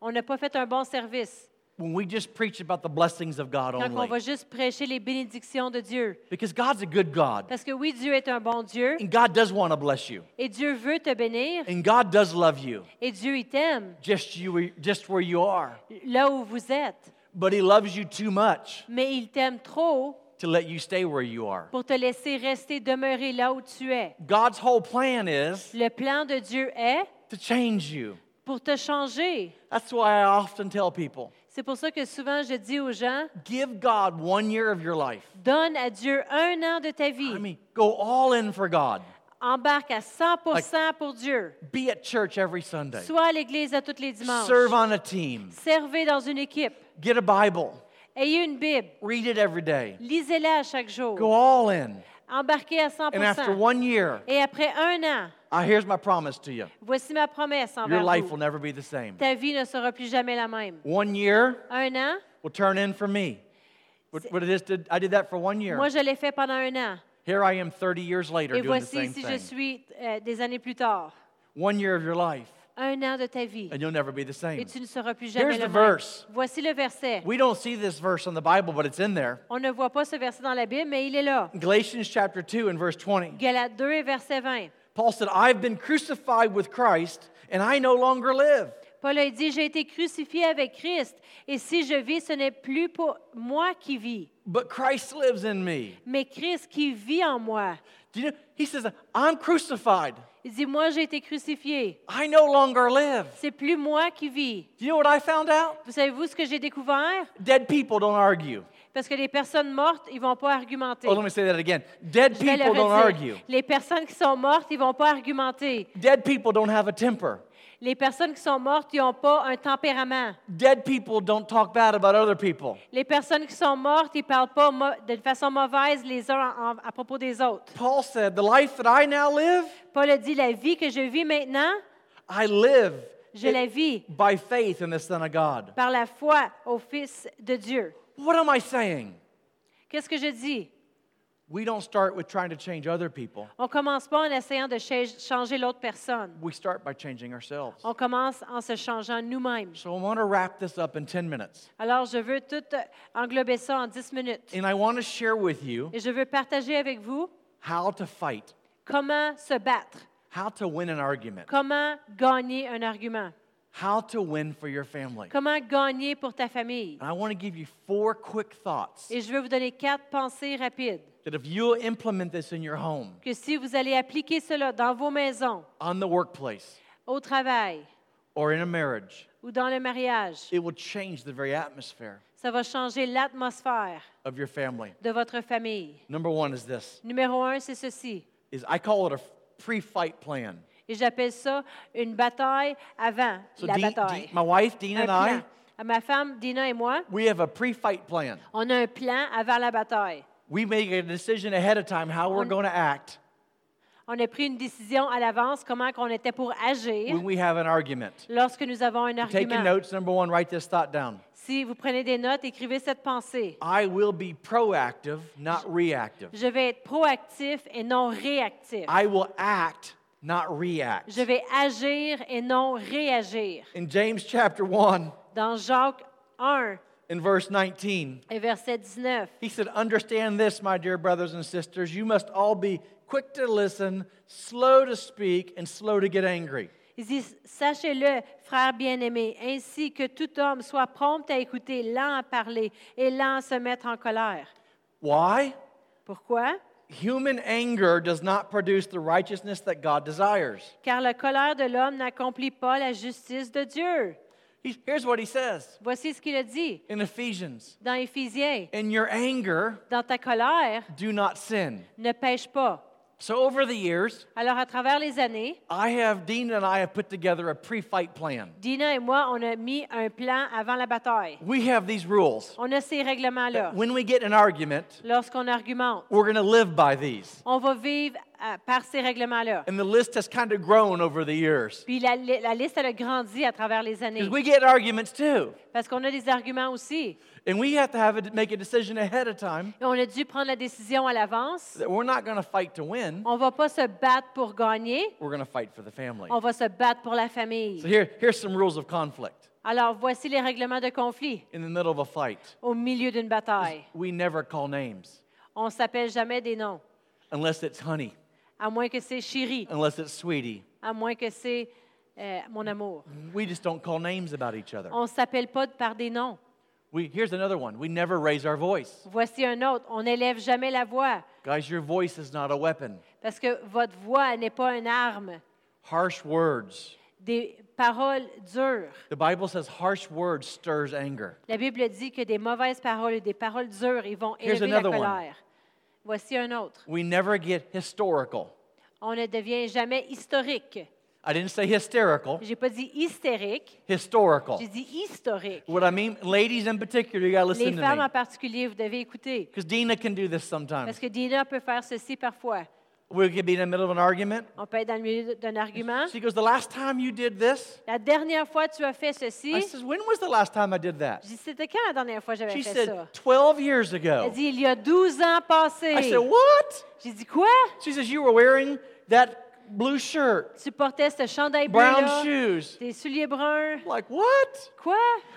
on n'a pas fait un bon service when we just preach about the blessings of God quand on va only. juste prêcher les bénédictions de Dieu. Because God's a good God, Parce que oui, Dieu est un bon Dieu and God does want to bless you, et Dieu veut te bénir and God does love you, et Dieu il t'aime just you, just where you are. là où vous êtes. But He loves you too much Mais il t'aime trop to let you stay where you are. pour te laisser rester, demeurer là où tu es. God's whole plan is Le plan de Dieu est to change you. pour te changer. That's why I often tell people C'est pour ça que souvent je dis aux gens, give God one year of your life. donne à Dieu un an de ta vie. I mean, go all in for God. Embarque à 100 pour Dieu. Be at church every Sunday. Sois à l'église à tous les dimanches. Serve on a team. Servez dans une équipe. Get a Bible. Ayez une Bible. Read it every day. Lisez-la à chaque Go jour. all in. Embarquez à 100 And after one year, Et après un an, I, here's my promise to you voici ma promesse your envers life will vous. never be the same. Ta vie ne sera plus jamais la même. One year Un an, will turn in for me. What, what it is to, I did that for one year. moi je l'ai fait pendant un an. Here I am 30 years later Et doing the voici same si je thing. suis euh, des années plus tard. One year of your life, Un an de ta vie. and you'll never be the Et same. tu ne seras plus jamais Here's the le même. verse. Voici le verset. We don't see this verse in the Bible, but it's in there. On ne voit pas ce verset dans la Bible, mais il est là. Galatians chapter 2 and verse 20. Galates 2 et verset 20. Paul said, I've been crucified with Christ, and I no longer live. Paul a dit, j'ai été crucifié avec Christ, et si je vis, ce n'est plus pour moi qui vis, but Christ lives in me. mais Christ qui vit en moi. Do you know? He says, I'm crucified. Il dit, moi j'ai été crucifié, I no longer live. c'est plus moi qui vis. Do you know what I found out? Vous savez-vous ce que j'ai découvert? Dead people don't argue. Parce que les personnes mortes, ils vont pas argumenter. Oh, let me say that again. Dead Je vais le people don't redire. argue. Les personnes qui sont mortes, ils vont pas argumenter. Dead people don't have a temper. Les personnes qui sont mortes, ils n'ont pas un tempérament. Dead people don't talk bad about other people. Les personnes qui sont mortes, ils ne parlent pas mo- de façon mauvaise les uns en- en- à propos des autres. Paul said, The life that I now live, Paul a dit, la vie que je vis maintenant, I live je la vis by faith in the Son of God. par la foi au Fils de Dieu. What am I saying? Qu'est-ce que je dis? We don't start with trying to change other people, On commence pas en essayant de cha- changer l'autre personne. we start by changing ourselves. On commence en se changeant nous-mêmes. So I want to wrap this up in 10 minutes. Alors, je veux tout euh, englober ça en 10 minutes. And I want to share with you Et je veux partager avec vous how to fight, comment se battre, how to win an argument, comment gagner un argument, how to win for your family. comment gagner pour ta famille. And I want to give you four quick thoughts Et je veux vous donner quatre pensées rapides that if you'll implement this in your home, que si vous allez appliquer cela dans vos maisons, on the workplace, au travail or in a marriage, ou dans le mariage, it will change the very atmosphere ça va changer l'atmosphère of your family. de votre famille. Number one is this Numéro un, c'est ceci. is I call it a pre-fight plan. Et j'appelle ça une bataille avant So la Dee- bataille. Dee- my wife, Dean Un and I, plan. À ma femme, Dina et moi, we have a pre-fight plan. on a un plan avant la bataille. We make a decision ahead of time how we're On- going to act On a pris une décision à l'avance comment on était pour agir when we have an argument. lorsque nous avons un Taking argument. notes, number one, write this thought down. Si vous prenez des notes, écrivez cette pensée. I will be proactive, not reactive. Je vais être proactif et non réactif. I will act, not react. Je vais agir et non réagir. In James chapter 1, Dans Jacques 1 in verse 19, et verset 19, he said, Understand this, my dear brothers and sisters. You must all be quick to listen, slow to speak, and slow to get angry. il dit, Sachez-le, frères bien-aimés, ainsi que tout homme soit prompt à écouter, lent à parler et lent à se mettre en colère. Why? Pourquoi? Human anger does not produce the righteousness that God desires. Car la colère de l'homme n'accomplit pas la justice de Dieu. He- here's what he says Voici ce qu'il a dit in Ephesians dans Éphésiens. In your anger, Dans ta colère, do not sin. ne pêche pas. So, over the years, Alors, à travers les années, I have, Dean and I have put together a pre fight plan. Dina et moi, on a mis un plan avant la bataille. We have these rules. On a ces règlements-là. When we get in an argument, Lorsqu'on argumente, we're going to live by these. on va vivre à- par ces règlements-là. And the list has kind of grown over the years. Puis la, li- la liste, elle a grandi à travers les années. Because we get in arguments too. Parce qu'on a des arguments aussi. And we have to have a, make a decision ahead of time Et on a dû prendre la décision à l'avance. that we're not going to fight to win, On ne va pas se battre pour gagner. we're going to fight for the family. On va se battre pour la So, famille. here, here's some rules of conflict. Alors, voici les règlements de conflit In the middle of a fight, au milieu d'une bataille. we never call names On ne s'appelle jamais des noms, unless it's honey, à moins que c'est chérie, unless it's sweetie. à moins que c'est euh, mon amour. We just don't call names about each other. On ne s'appelle pas par des noms. We, here's another one. We never raise our voice. Voici un autre. On n'élève jamais la voix Guys, your voice is not a weapon. parce que votre voix n'est pas une arme. Harsh words. Des paroles dures. The Bible says harsh words stirs anger. La Bible dit que des mauvaises paroles et des paroles dures, ils vont Here's élever la another one. colère. Voici un autre. We never get historical. On ne devient jamais historique. I didn't say hysterical, J'ai pas dit hystérique, historical. j'ai dit historique. What I mean, ladies in particular, you gotta Les listen to femmes me. en particulier, vous devez écouter. Because Dina can do this Parce sometimes. que Dina peut faire ceci parfois. We could be in the middle of an argument. On peut être dans le milieu d'un argument. She goes, The last time you did this? La dernière fois tu as fait ceci, I says, When was the last time I did that? je dis, c'était quand la dernière fois que j'avais She fait said, ça? 12 years Elle ago. dit, il y a 12 ans passés. I said, What? J'ai dit, quoi? She says, You were wearing that blue shirt, Tu portais ce chandail brown bleu shoes. tes souliers bruns. I'm like, What? Quoi?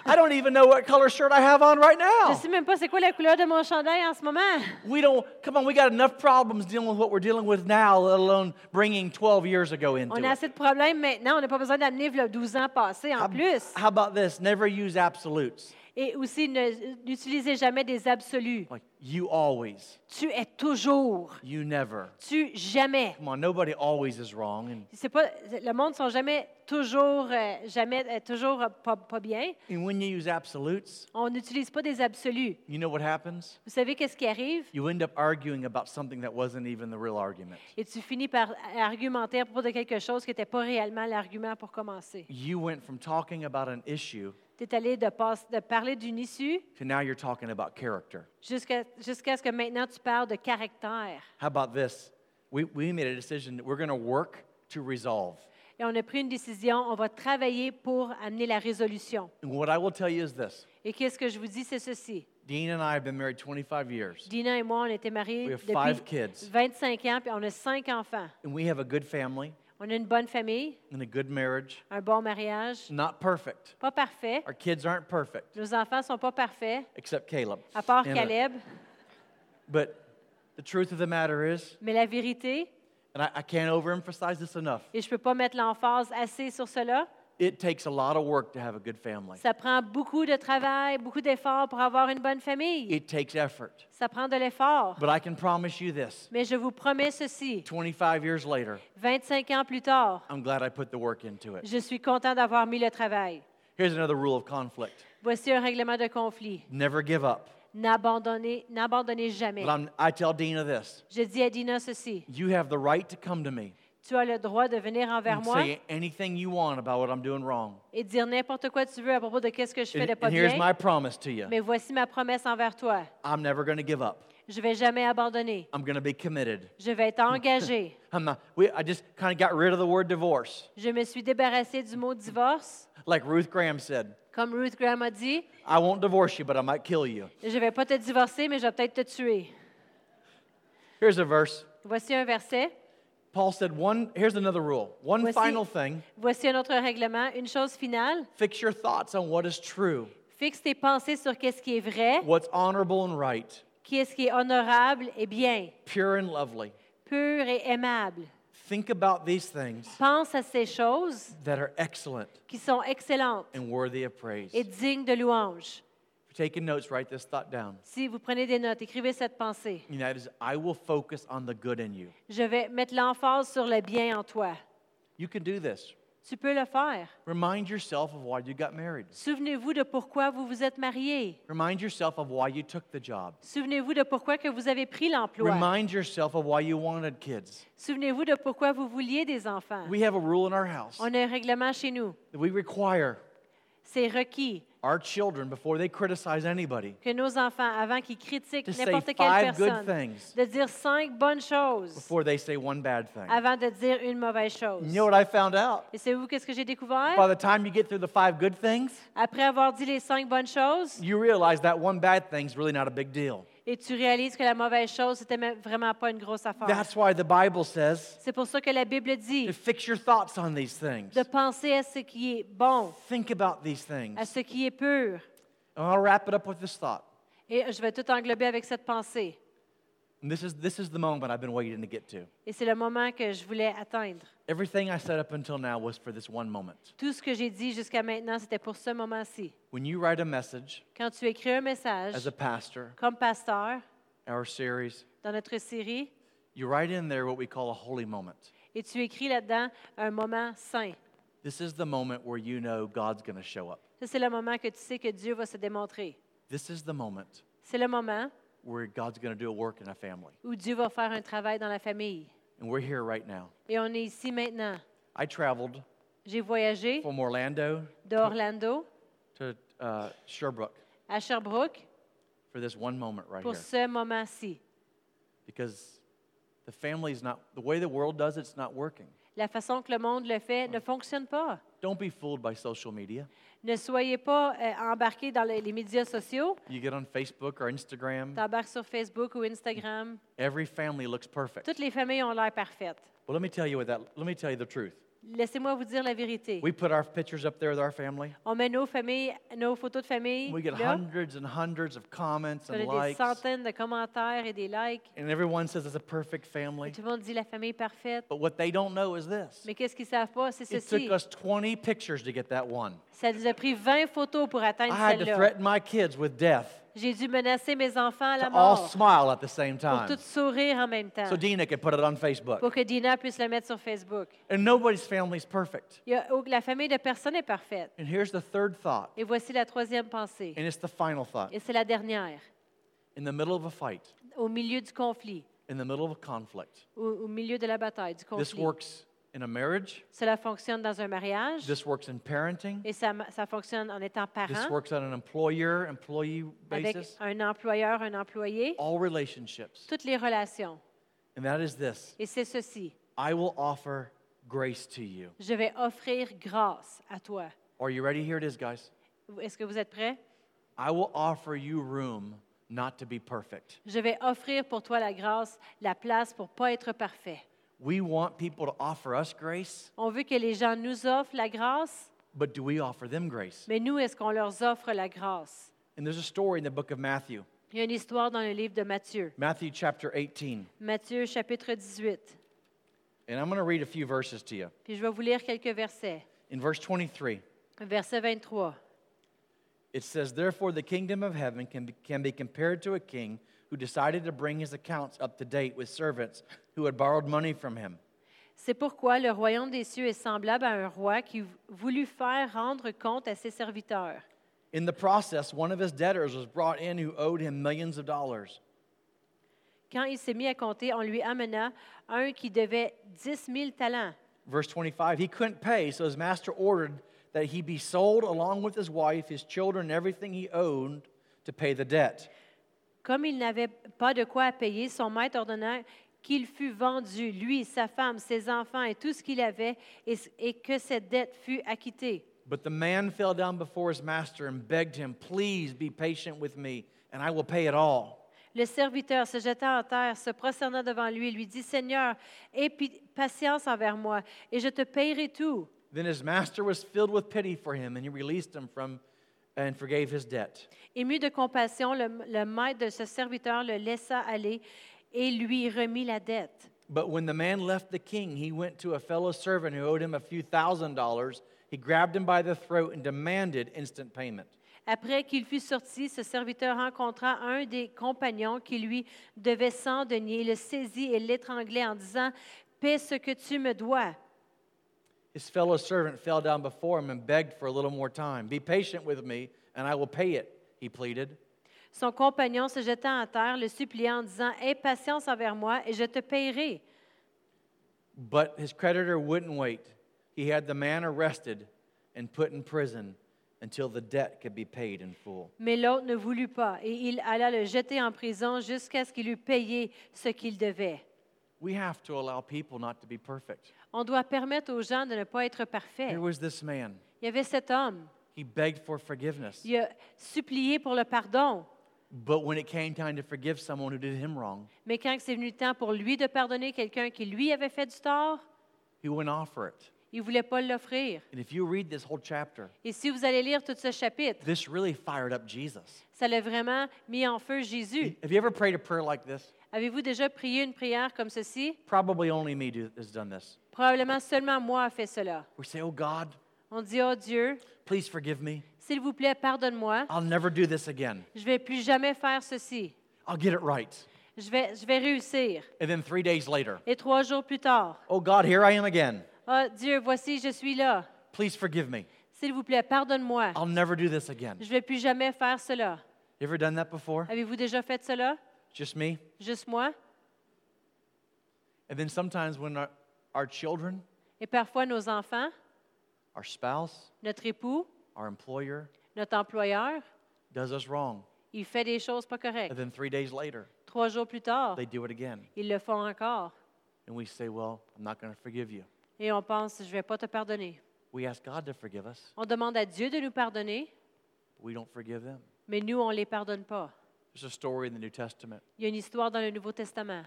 I don't even know what color shirt I have on right Je now. sais même pas c'est quoi la couleur de mon chandail en ce moment. We don't, come on, we got enough problems dealing with what we're dealing with now, let alone bringing 12 years ago into On a it. assez de problèmes maintenant. On n'a pas besoin d'amener v'là 12 ans passés en How, plus. how about this? Never use absolutes. Et aussi, ne- n'utilisez jamais des absolus. Like, you always, Tu es toujours. you never. Tu jamais. Come on, nobody always is wrong. And, C'est pas, le monde ne sont jamais toujours, euh, jamais, euh, toujours euh, pas, pas bien. and when you use absolutes, On n'utilise pas des absolus. you know what happens? Vous savez qu'est-ce qui arrive? You end up arguing about something that wasn't even the real argument. Et tu finis par argumenter à propos de quelque chose qui n'était pas réellement l'argument pour commencer. You went from talking about an issue Tu es allé de, passe- de parler d'une issue to now you're talking about character. jusqu'à jusqu'à ce que maintenant tu parles de caractère. How about this? We, we made a decision that we're going to work to resolve. Et on a pris une décision, on va travailler pour amener la résolution. And what I will tell you is this Et qu'est-ce que je vous dis, c'est ceci. Dean and I have been married 25 years, Dina et moi, on était mariés We have five depuis kids. 25 ans, puis on a cinq enfants. and we have a good family On a une bonne famille, and a good marriage. un bon mariage, Not perfect. pas parfait. Our kids aren't perfect, Nos enfants sont pas parfaits, except Caleb. à part And, uh, Caleb. But the truth of the matter is, Mais la vérité, and I, I can't overemphasize this enough, et je peux pas mettre l'emphase assez sur cela, it takes a lot of work to have a good family. ça prend beaucoup de travail, beaucoup d'efforts pour avoir une bonne famille. It takes effort. Ça prend de l'effort. But I can promise you this Mais je vous promets ceci, 25 years later, 25 ans plus tard, I'm glad I put the work into it. je suis content d'avoir mis le travail. Here's another rule of conflict Voici un règlement de conflit. never give up. N'abandonnez, n'abandonnez jamais. But I'm, I tell Dina this Je dis à Dina ceci. you have the right to come to me Tu as le droit de venir envers and moi say anything you want about what I'm doing wrong. et dire n'importe quoi tu veux à propos de qu'est-ce que je fais And, de pas and here's my bien. promise to you Mais voici ma promesse envers toi. I'm never going to give up. Je vais jamais abandonner. I'm going to be committed. Je vais être engagé. I'm not, we, I just kind of got rid of the word divorce. Je me suis débarrassée du mot divorce. Like Ruth Graham said, Comme Ruth Graham a dit, I won't divorce you, but I might kill you. je vais pas te divorcer, mais je vais peut-être te tuer. Here's a verse. Voici un verset. Paul said, one, here's another rule. One Voici- final thing Voici un autre règlement. Une chose finale. fix your thoughts on what is true, Fixe tes pensées sur qu'est-ce qui est vrai, what's honorable and right, qu'est-ce qui est honorable et bien, pure and lovely. pur et aimable. Think about these things Pense à ces choses that are excellent qui sont excellentes and worthy of praise. et dignes de louange. If you're taking notes, write this thought down. Si vous prenez des notes, écrivez cette pensée. And that is, I will focus on the good in you. Je vais mettre l'emphase sur le bien en toi. You can do this. Tu peux le faire. Remind yourself of why you got married. Souvenez-vous de pourquoi vous vous êtes mariés. Remind yourself of why you took the job. Souvenez-vous de pourquoi que vous avez pris l'emploi. Remind yourself of why you wanted kids. Souvenez-vous de pourquoi vous vouliez des enfants. We have a rule in our house On a un règlement chez nous. that we require C'est requis our children, before they criticize anybody, que nos enfants, avant qu'ils critiquent To say n'importe quelle five good personne, things. de dire cinq bonnes choses before they say one bad thing. avant de dire une mauvaise chose. You know what I found out? Et savez-vous qu'est-ce que j'ai découvert? By the time you get through the five good things, Après avoir dit les cinq bonnes choses, you realize that one bad thing's really not a big deal. et tu réalises que la mauvaise chose, c'était même vraiment pas une grosse affaire. That's why the Bible says C'est pour ça que la Bible dit to fix your thoughts on these things. de penser à ce qui est bon, Think about these à things. ce qui est pur. And I'll wrap it up with this thought. Et je vais tout englober avec cette pensée. And this is this is the moment I've been waiting to get to. Et c'est le moment que je voulais atteindre. Everything I said up until now was for this one moment. Tout ce que j'ai dit jusqu'à maintenant, c'était pour ce moment-ci. When you write a message Quand tu écris un message, as a pastor, comme pasteur, our series, dans notre série, you write in there what we call a holy moment. et tu écris là-dedans un moment saint. This is the moment where you know God's going to show up. Ça, c'est le moment que tu sais que Dieu va se démontrer. This is the moment C'est le moment where God's going to do a work in a family. où Dieu va faire un travail dans la famille. And we're here right now. Et on est ici maintenant. I traveled J'ai voyagé from Orlando d'Orlando to uh, Sherbrooke à Sherbrooke for this one moment right pour here ce moment-ci. because the family is not, the way the world does it's not working. La façon que le monde le fait ne fonctionne pas. Don't be fooled by social media. Ne soyez pas euh, embarqués dans les, les médias sociaux. You get on Facebook or Instagram, T'embarques sur Facebook ou Instagram. every family looks perfect. Toutes les familles ont l'air parfaites. Well, let me tell you what that, let me tell you the truth. Laissez-moi vous dire la vérité. We put our pictures up there with our family. On met nos familles, nos photos de famille. We get là. hundreds and hundreds of comments On a and des likes. centaines de commentaires et des likes. And everyone says it's a perfect Et family. tout le monde dit la famille parfaite. But what they don't know is this. Mais qu'est-ce qu'ils savent pas? C'est It took ceci. us 20 pictures to get that one. Ça nous a pris 20 photos pour atteindre I had to celle-là. threaten my kids with death J'ai dû menacer mes enfants à la to all mort smile at the same pour time tout sourire en même temps, so Dina could put it on Facebook. pour que Dina puisse le mettre sur Facebook. And nobody's family's perfect. Il y a- oh, la famille de personne est parfaite. And here's the third thought, Et voici la troisième pensée. and it's the final thought. Et c'est la dernière. In the middle of a fight, Au milieu du conflit, in the middle of a conflict, au, au milieu de la bataille, du this conflit, works in a marriage, cela fonctionne dans un mariage this works in parenting, et ça, ma- ça fonctionne en étant this parent, works on an employer employee avec basis, un employeur, un employé, all relationships. toutes les relations. And that is this Et c'est ceci. I will offer grace to you. Je vais offrir grâce à toi. Are you ready? Here it is, guys. Est-ce que vous êtes prêts? I will offer you room not to be perfect. Je vais offrir pour toi la grâce, la place pour pas être parfait. We want people to offer us grace, On veut que les gens nous offrent la grâce, but do we offer them grace? mais nous, est-ce qu'on leur offre la grâce? And there's a story in the book of Matthew, Il y a une histoire dans le livre de Matthieu, Matthew chapter 18. Matthieu chapitre 18. And I'm going to read a few verses to you. Puis je vais vous lire quelques versets. In verse 23, Verset 23. it says, Therefore, the kingdom of heaven can be, can be compared to a king who decided to bring his accounts up to date with servants who had borrowed money from him. C'est pourquoi le royaume des cieux est semblable à un roi qui voulut faire rendre compte à ses serviteurs. In the process, one of his debtors was brought in who owed him millions of dollars. Quand il s'est mis à compter, on lui amena un qui devait 10 000 talents. Verse 25, he couldn't pay, so his master ordered that he be sold along with his wife, his children, and everything he owned to pay the debt. Comme il n'avait pas de quoi payer, son maître ordonna qu'il fût vendu, lui, sa femme, ses enfants et tout ce qu'il avait, et, et que cette dette fût acquittée. But the man fell down before his master and begged him, Please be patient with me, and I will pay it all. Le serviteur se jeta en terre, se prosterna devant lui, et lui dit, Seigneur, aie pi- patience envers moi, et je te payerai tout. Then his master was filled with pity for him, and he released him from and forgave his debt. Ému de compassion, le, le maître de ce serviteur le laissa aller et lui remit la dette. But when the man left the king, he went to a fellow servant who owed him a few thousand dollars. He grabbed him by the throat and demanded instant payment. Après qu'il fut sorti, ce serviteur rencontra un des compagnons qui lui devait cent deniers, le saisit et l'étranglait en disant Paie ce que tu me dois. His fellow servant fell down before him and begged for a little more time. Be patient with me, and I will pay it, he pleaded. Son compagnon se jetant à terre, le suppliant en disant, Aie patience envers moi et je te paierai. But his creditor wouldn't wait. He had the man arrested and put in prison until the debt could be paid in full. Mais l'autre ne voulut pas, et il alla le jeter en prison jusqu'à ce qu'il eût payé ce qu'il devait. We have to allow people not to be perfect. On doit permettre aux gens de ne pas être parfaits. Here was this man. Il y avait cet homme. He begged for forgiveness. Il a supplié pour le pardon. But when it came time to forgive someone who did him wrong, Mais quand c'est venu le temps pour lui de pardonner quelqu'un qui lui avait fait du tort, he wouldn't offer it. il ne voulait pas l'offrir. And if you read this whole chapter, Et si vous allez lire tout ce chapitre, this really fired up Jesus. ça l'a vraiment mis en feu Jésus. Have you ever prayed a prayer like this? Avez-vous déjà prié une prière comme ceci? Probably only me do, has done this. Probablement seulement moi a fait cela. We say, Oh God, On dit, oh Dieu, please forgive me. s'il vous plaît, pardonne-moi. I'll never do this again. Je ne vais plus jamais faire ceci. I'll get it right. Je vais, je vais réussir. And then three days later, Et trois jours plus tard, Oh God, here I am again. Ah Dieu, voici, je suis là. Please forgive me. S'il vous plaît, pardonne-moi. I'll never do this again. Je ne vais plus jamais faire cela. You ever done that before? Avez-vous déjà fait cela? Just me? Juste moi? And then sometimes when our, our children, Et parfois nos enfants, our spouse, notre époux, our employer notre employeur, does us wrong. il fait des choses pas correctes. And then three days later, Trois jours plus tard, they do it again. ils le font encore. And we say, Well, I'm not going to forgive you. Et on pense, je ne vais pas te pardonner. We ask God to forgive us, On demande à Dieu de nous pardonner, but we don't forgive them. mais nous, on ne les pardonne pas. There's a story in the New Testament. Il y a une histoire dans le Nouveau Testament.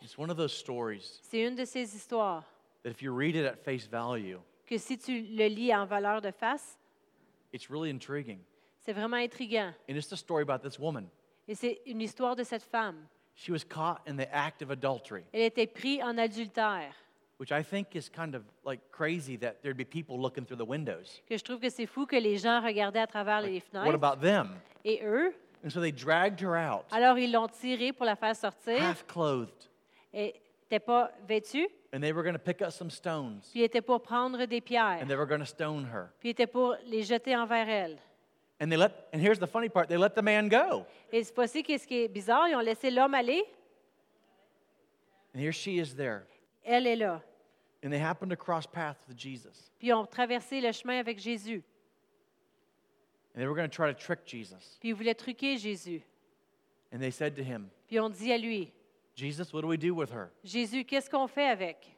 It's one of those stories C'est une de ces histoires that if you read it at face value, que si tu le lis en valeur de face, it's really intriguing. c'est vraiment intriguant. And it's the story about this woman. Et c'est une histoire de cette femme. She was caught in the act of adultery, Elle était prise en adultère, which I think is kind of like crazy that there'd be people looking through the windows. que je trouve que c'est fou que les gens regardaient à travers les What fenêtres. about them? Et eux, And so they dragged her out, alors ils l'ont tirée pour la faire sortir. half clothed, Et n'était pas vêtue, and they were going to pick up some stones, puis il était pour prendre des pierres, and they were going to stone her. puis il était pour les jeter envers elle. And they let and here's the funny part, they let the man go. Et c'est passé qu'est-ce qui est bizarre, ils ont laissé l'homme aller, And here she is there. elle est là. And they happen to cross paths with Jesus. Puis ils ont traversé le chemin avec Jésus, And they were going to try to trick Jesus. puis ils voulaient truquer Jésus. And they said to him, Puis on dit à lui, Jesus, what do we do with her? Jésus, qu'est-ce qu'on fait avec?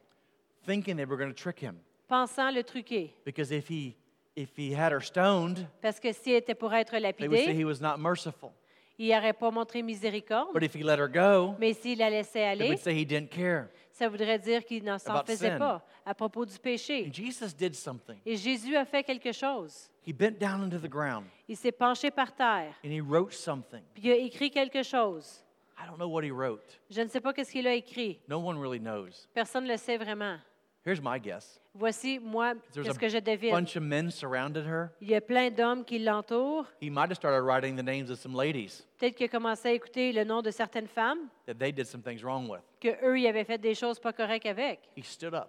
Thinking they were going to trick him. Pensant le truquer. Because if he if he had her stoned, Parce que si elle était pour être they would say lapidée, he was not merciful. il n'aurait pas montré miséricorde. But if he let her go, Mais s'il la laissait they aller, would say he didn't care. ça voudrait dire qu'il n'en s'en About faisait sin. pas à propos du And péché. Jesus did something. Et Jésus a fait quelque chose. He bent down into the ground Il s'est penché par terre, and he wrote something. puis il a écrit quelque chose. I don't know what he wrote. Je ne sais pas qu'est-ce qu'il a écrit. No one really knows. Personne ne le sait vraiment. Here's my guess. Voici, moi, There's qu'est-ce que je a devine. bunch of men surrounded her. Il y a plein d'hommes qui l'entourent. He might have started writing the names of some ladies Peut-être qu'il a commencé à écouter le nom de certaines femmes that they did some things wrong with. que eux, ils avaient fait des choses pas correctes avec. He stood up,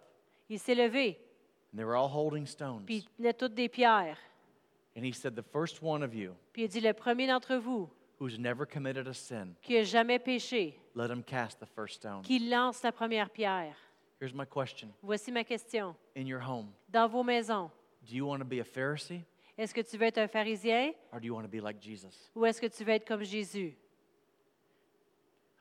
Il s'est levé, and they were all holding stones. puis il tenait toutes des pierres. And he said, The first one of you Puis il dit, le premier d'entre vous who's never committed a sin, qui n'a jamais péché, let him cast the first stone. qui lance la première pierre. Here's my question Voici ma question. In your home, Dans vos maisons, do you want to be a Pharisee est-ce que tu veux être un pharisien or do you want to be like Jesus? ou est-ce que tu veux être comme Jésus?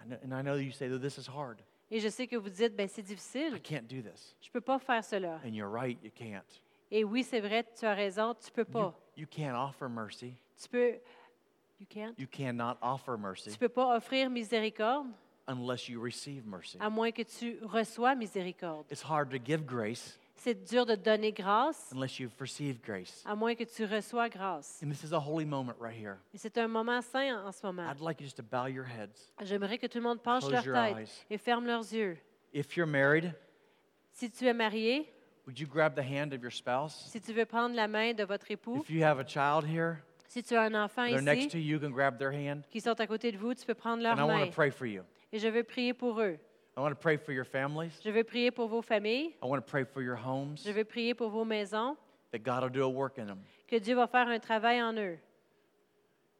I know, and I know you say, "Though This is hard. Et je sais que vous dites, ben c'est I difficile, can't do this. je ne peux pas faire cela. And you're right, you can't. Et oui, c'est vrai, tu as raison, tu peux You, pas. you can't offer mercy. Tu peux, you can't. You cannot offer mercy tu peux pas offrir miséricorde unless you receive mercy. à moins que tu reçois miséricorde. It's hard to give grace C'est dur de donner grâce unless you've received grace. à moins que tu reçois grâce. And this is a holy moment right here. Et c'est un moment saint en en ce moment. I'd like you just to bow your heads. J'aimerais que tout le monde penche Close leur your tête eyes. et ferme leurs yeux. If you're married, Si tu es marié, would you grab the hand of your spouse? si tu veux prendre la main de votre époux, If you have a child here, si tu as un enfant they're next to ici you, you can grab their hand. qui sont à côté de vous, tu peux prendre leur And I want main. to pray for you. Et je veux prier pour eux. I want to pray for your families. Je veux prier pour vos familles. I want to pray for your homes, Je veux prier pour vos maisons. that God will do a work in them. Que Dieu va faire un travail en eux.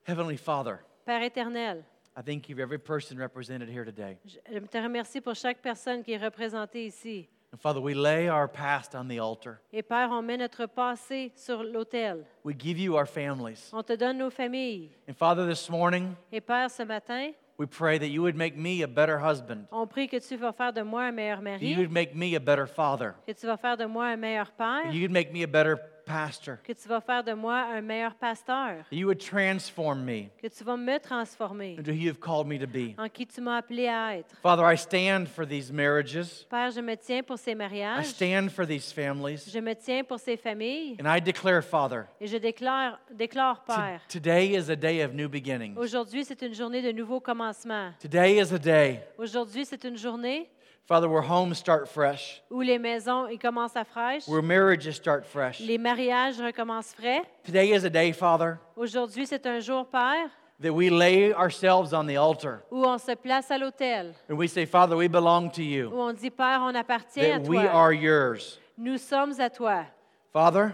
Heavenly Father, Père éternel, I thank you for every person represented here today. je je te remercie pour chaque personne qui est représentée ici. And Father, we lay our past on the altar. Et Père, on met notre passé sur l'autel. We give you our families. On te donne nos familles. And Father, this morning, Et Père, ce matin, we pray that you would make me a better husband, on prie que tu vas faire de moi un meilleur that you would mari, make me a better father, que tu vas faire de moi un meilleur père, that you would make me a better pastor, que tu vas faire de moi un meilleur pasteur, that you would transform me que tu vas me transformer into who you've called me to be. en qui tu m'as appelé à être. Father, I stand for these marriages, Père, je me tiens pour ces I mariages, stand for these families, je me tiens pour ces familles and I declare, Father, et je déclare, déclare to- Père, today is a day of new beginnings. aujourd'hui c'est une journée de nouveaux commencements. Today is a day, Aujourd'hui c'est une journée Father, where homes start fresh, où les maisons ils commencent à fraîche, where marriages start fresh. les mariages recommencent frais. Today is a day, Father, Aujourd'hui c'est un jour, Père, that we lay ourselves on the altar où on se place à l'autel, and we say, Father, we belong to où you, on dit Père, on appartient à that we toi. are yours. Nous sommes à toi. Father,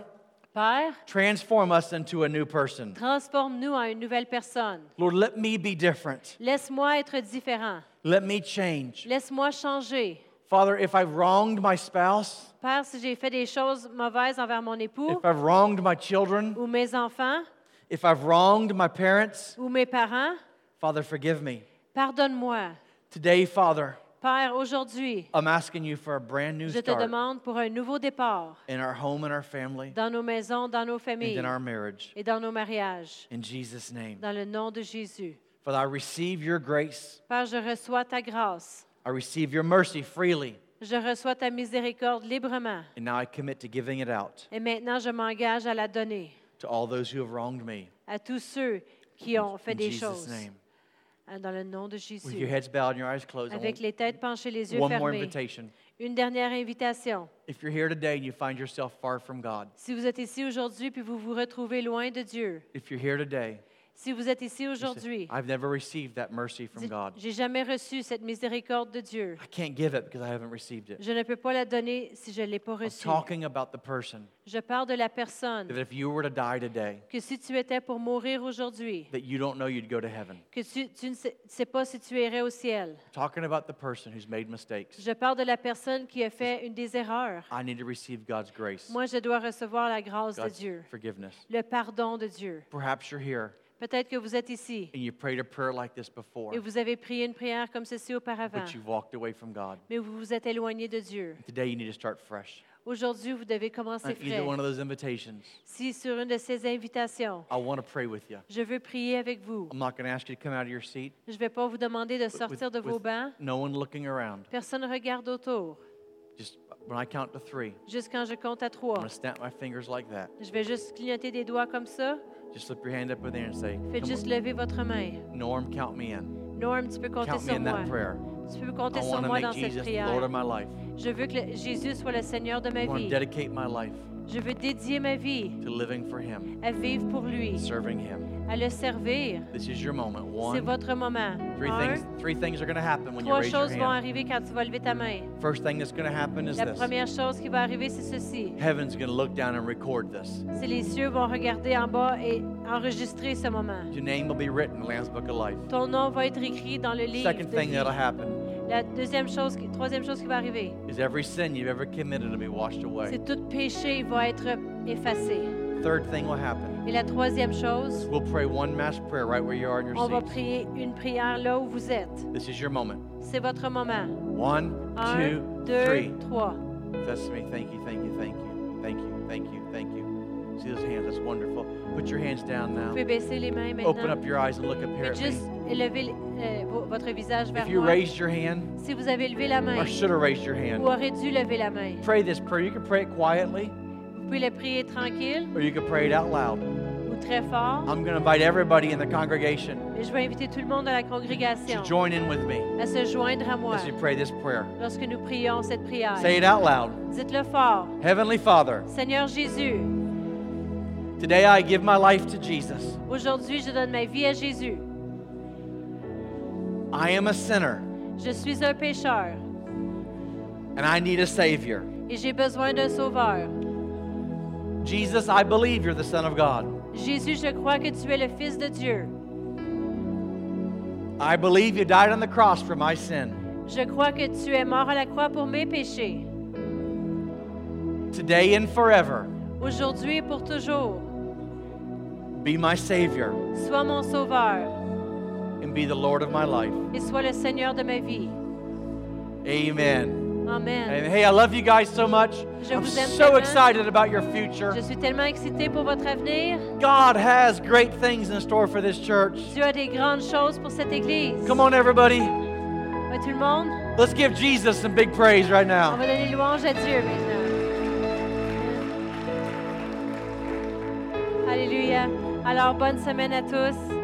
Père, transform us into a new person. transforme-nous en une nouvelle personne. Lord, let me be different. Laisse-moi être différent. Let me change. Laisse-moi changer. Father, if I've wronged my spouse, Père, si j'ai fait des choses mauvaises envers mon époux if I've wronged my children, ou mes enfants if I've wronged my parents, ou mes parents, Father, forgive me. pardonne-moi. Today, Father, Père, aujourd'hui, I'm asking you for a brand new je te start demande pour un nouveau départ in our home and our family dans nos maisons, dans nos and familles in our marriage. et dans nos mariages, In Jesus' name. dans le nom de Jésus. Father, I receive your grace. Père, je reçois ta grâce. I receive your mercy freely, Je reçois ta miséricorde librement. and now I commit to giving it out Et maintenant, je m'engage à la donner to all those who have wronged me. à tous ceux qui ont fait In des Jesus' choses. Hein, name. Dans le nom de With your Jésus. heads bowed and your eyes closed, I Avec want les têtes penchées, les yeux one more fermés. invitation. Une dernière invitation. If you're here today and you find yourself far from God, Si vous êtes ici aujourd'hui puis vous vous retrouvez loin de Dieu, if you're here today, si vous êtes ici you say, aujourd'hui, I've never received that mercy from dites, God. j'ai jamais reçu cette miséricorde de Dieu. I can't give it because I haven't received it. Je ne peux pas la donner si je ne l'ai pas I'm reçue. talking about the person Je parle de la that personne if you were to die today, que si tu étais pour mourir aujourd'hui, that you don't know you'd go to heaven. que tu, tu ne sais, sais pas si tu irais au ciel. I'm talking about the person who's made mistakes. Je parle de la personne qui a fait une des erreurs. I need to receive God's grace, Moi, je dois recevoir la grâce de God's Dieu, forgiveness. le pardon de Dieu. Perhaps you're here Peut-être que vous êtes ici and you prayed a prayer like this before. et vous avez prié une prière comme ceci auparavant, but you've walked away from God. mais vous vous êtes éloigné de Dieu. Today, you need to start fresh. Aujourd'hui, vous devez On commencer frais. either one of those invitations, Si sur une de ces invitations, I want to pray with you. je veux prier avec vous. I'm not going to ask you to come out of your seat. Je ne vais pas vous demander de Um, with- sortir de with vos bancs. No one looking around. Personne ne regarde autour. Just when I count to three, Juste quand je compte à I'm trois. going to snap my fingers like that. Je vais juste clignoter des doigts comme ça. Just slip your hand up in there and say, Faites "Come juste lever votre main. on, Norm, count me in. Norm, tu peux compter Count me sur in moi. that prayer. Tu peux I compter sur want to moi make dans cette Jesus the Lord of prière. my life. Je veux que le- Jésus soit le Seigneur de ma I want to vie. dedicate my life Je veux dédier ma vie to living for Him, à vivre pour lui, serving Him. à le servir. This is your moment. One, C'est votre moment. three Un, things. Three things are going to happen when you trois raise your choses vont hand. arriver quand tu vas lever ta main. First thing that's going to happen is La this. première chose qui va arriver, c'est ceci. Heaven's going to look down and record this. C'est les cieux vont regarder en bas et enregistrer ce moment. Your name will be written in the Lamb's Book of Life. Ton nom va être écrit dans le livre. Second de thing vie. that'll happen La deuxième chose, qui- troisième chose qui va arriver, is every sin you've ever committed will be washed away. c'est tout péché va être effacé. Third thing will happen. Et la troisième chose, We'll pray one mass prayer right where you are in on va your seat. prier une prière là où vous êtes. This is your moment. C'est votre moment. One, Un, two, deux, three. trois. That's me. Thank you, thank you, thank you. Thank you, thank you, thank you. See those hands? That's wonderful. Put your hands down Vous now. pouvez baisser les mains Open maintenant. up your eyes and look up Vous here at pouvez me. juste élever le- euh, vo- votre visage vers If you moi. raised your hand Si vous avez levé la main or should have raised your ou hand, aurez dû lever la main, pray this prayer. You can pray it quietly vous pouvez le prier tranquille or you can pray it out loud. ou très fort. I'm going to invite everybody in the congregation Mais je vais inviter tout le monde de la to congrégation join in with me à se joindre à moi as we pray this prayer. lorsque nous prions cette prière. Say it out loud. Dites-le fort. Heavenly Father, Seigneur Jésus, today I give my life to Jesus. aujourd'hui je donne ma vie à Jésus. I am a sinner Je suis un pécheur and I need a Savior. et j'ai besoin d'un sauveur. Jesus, I believe you're the Son of God. Jésus, je crois que tu es le Fils de Dieu. I believe you died on the cross for my sin. Je crois que tu es mort à la croix pour mes péchés, Today and forever, aujourd'hui et pour toujours. be my Savior Sois mon sauveur and be the Lord of my life. et sois le Seigneur de ma vie. Amen. Amen. And hey, I love you guys so much. Je I'm vous aime so tellement. excited about your Je future. suis tellement excitée pour votre avenir. God has great things in store for this church. Dieu a des grandes choses pour cette Église. Come on, everybody. Ouais, tout le monde, Let's give Jesus some big praise right on now. va donner louange à Dieu maintenant. Alléluia. Alors, bonne semaine à tous.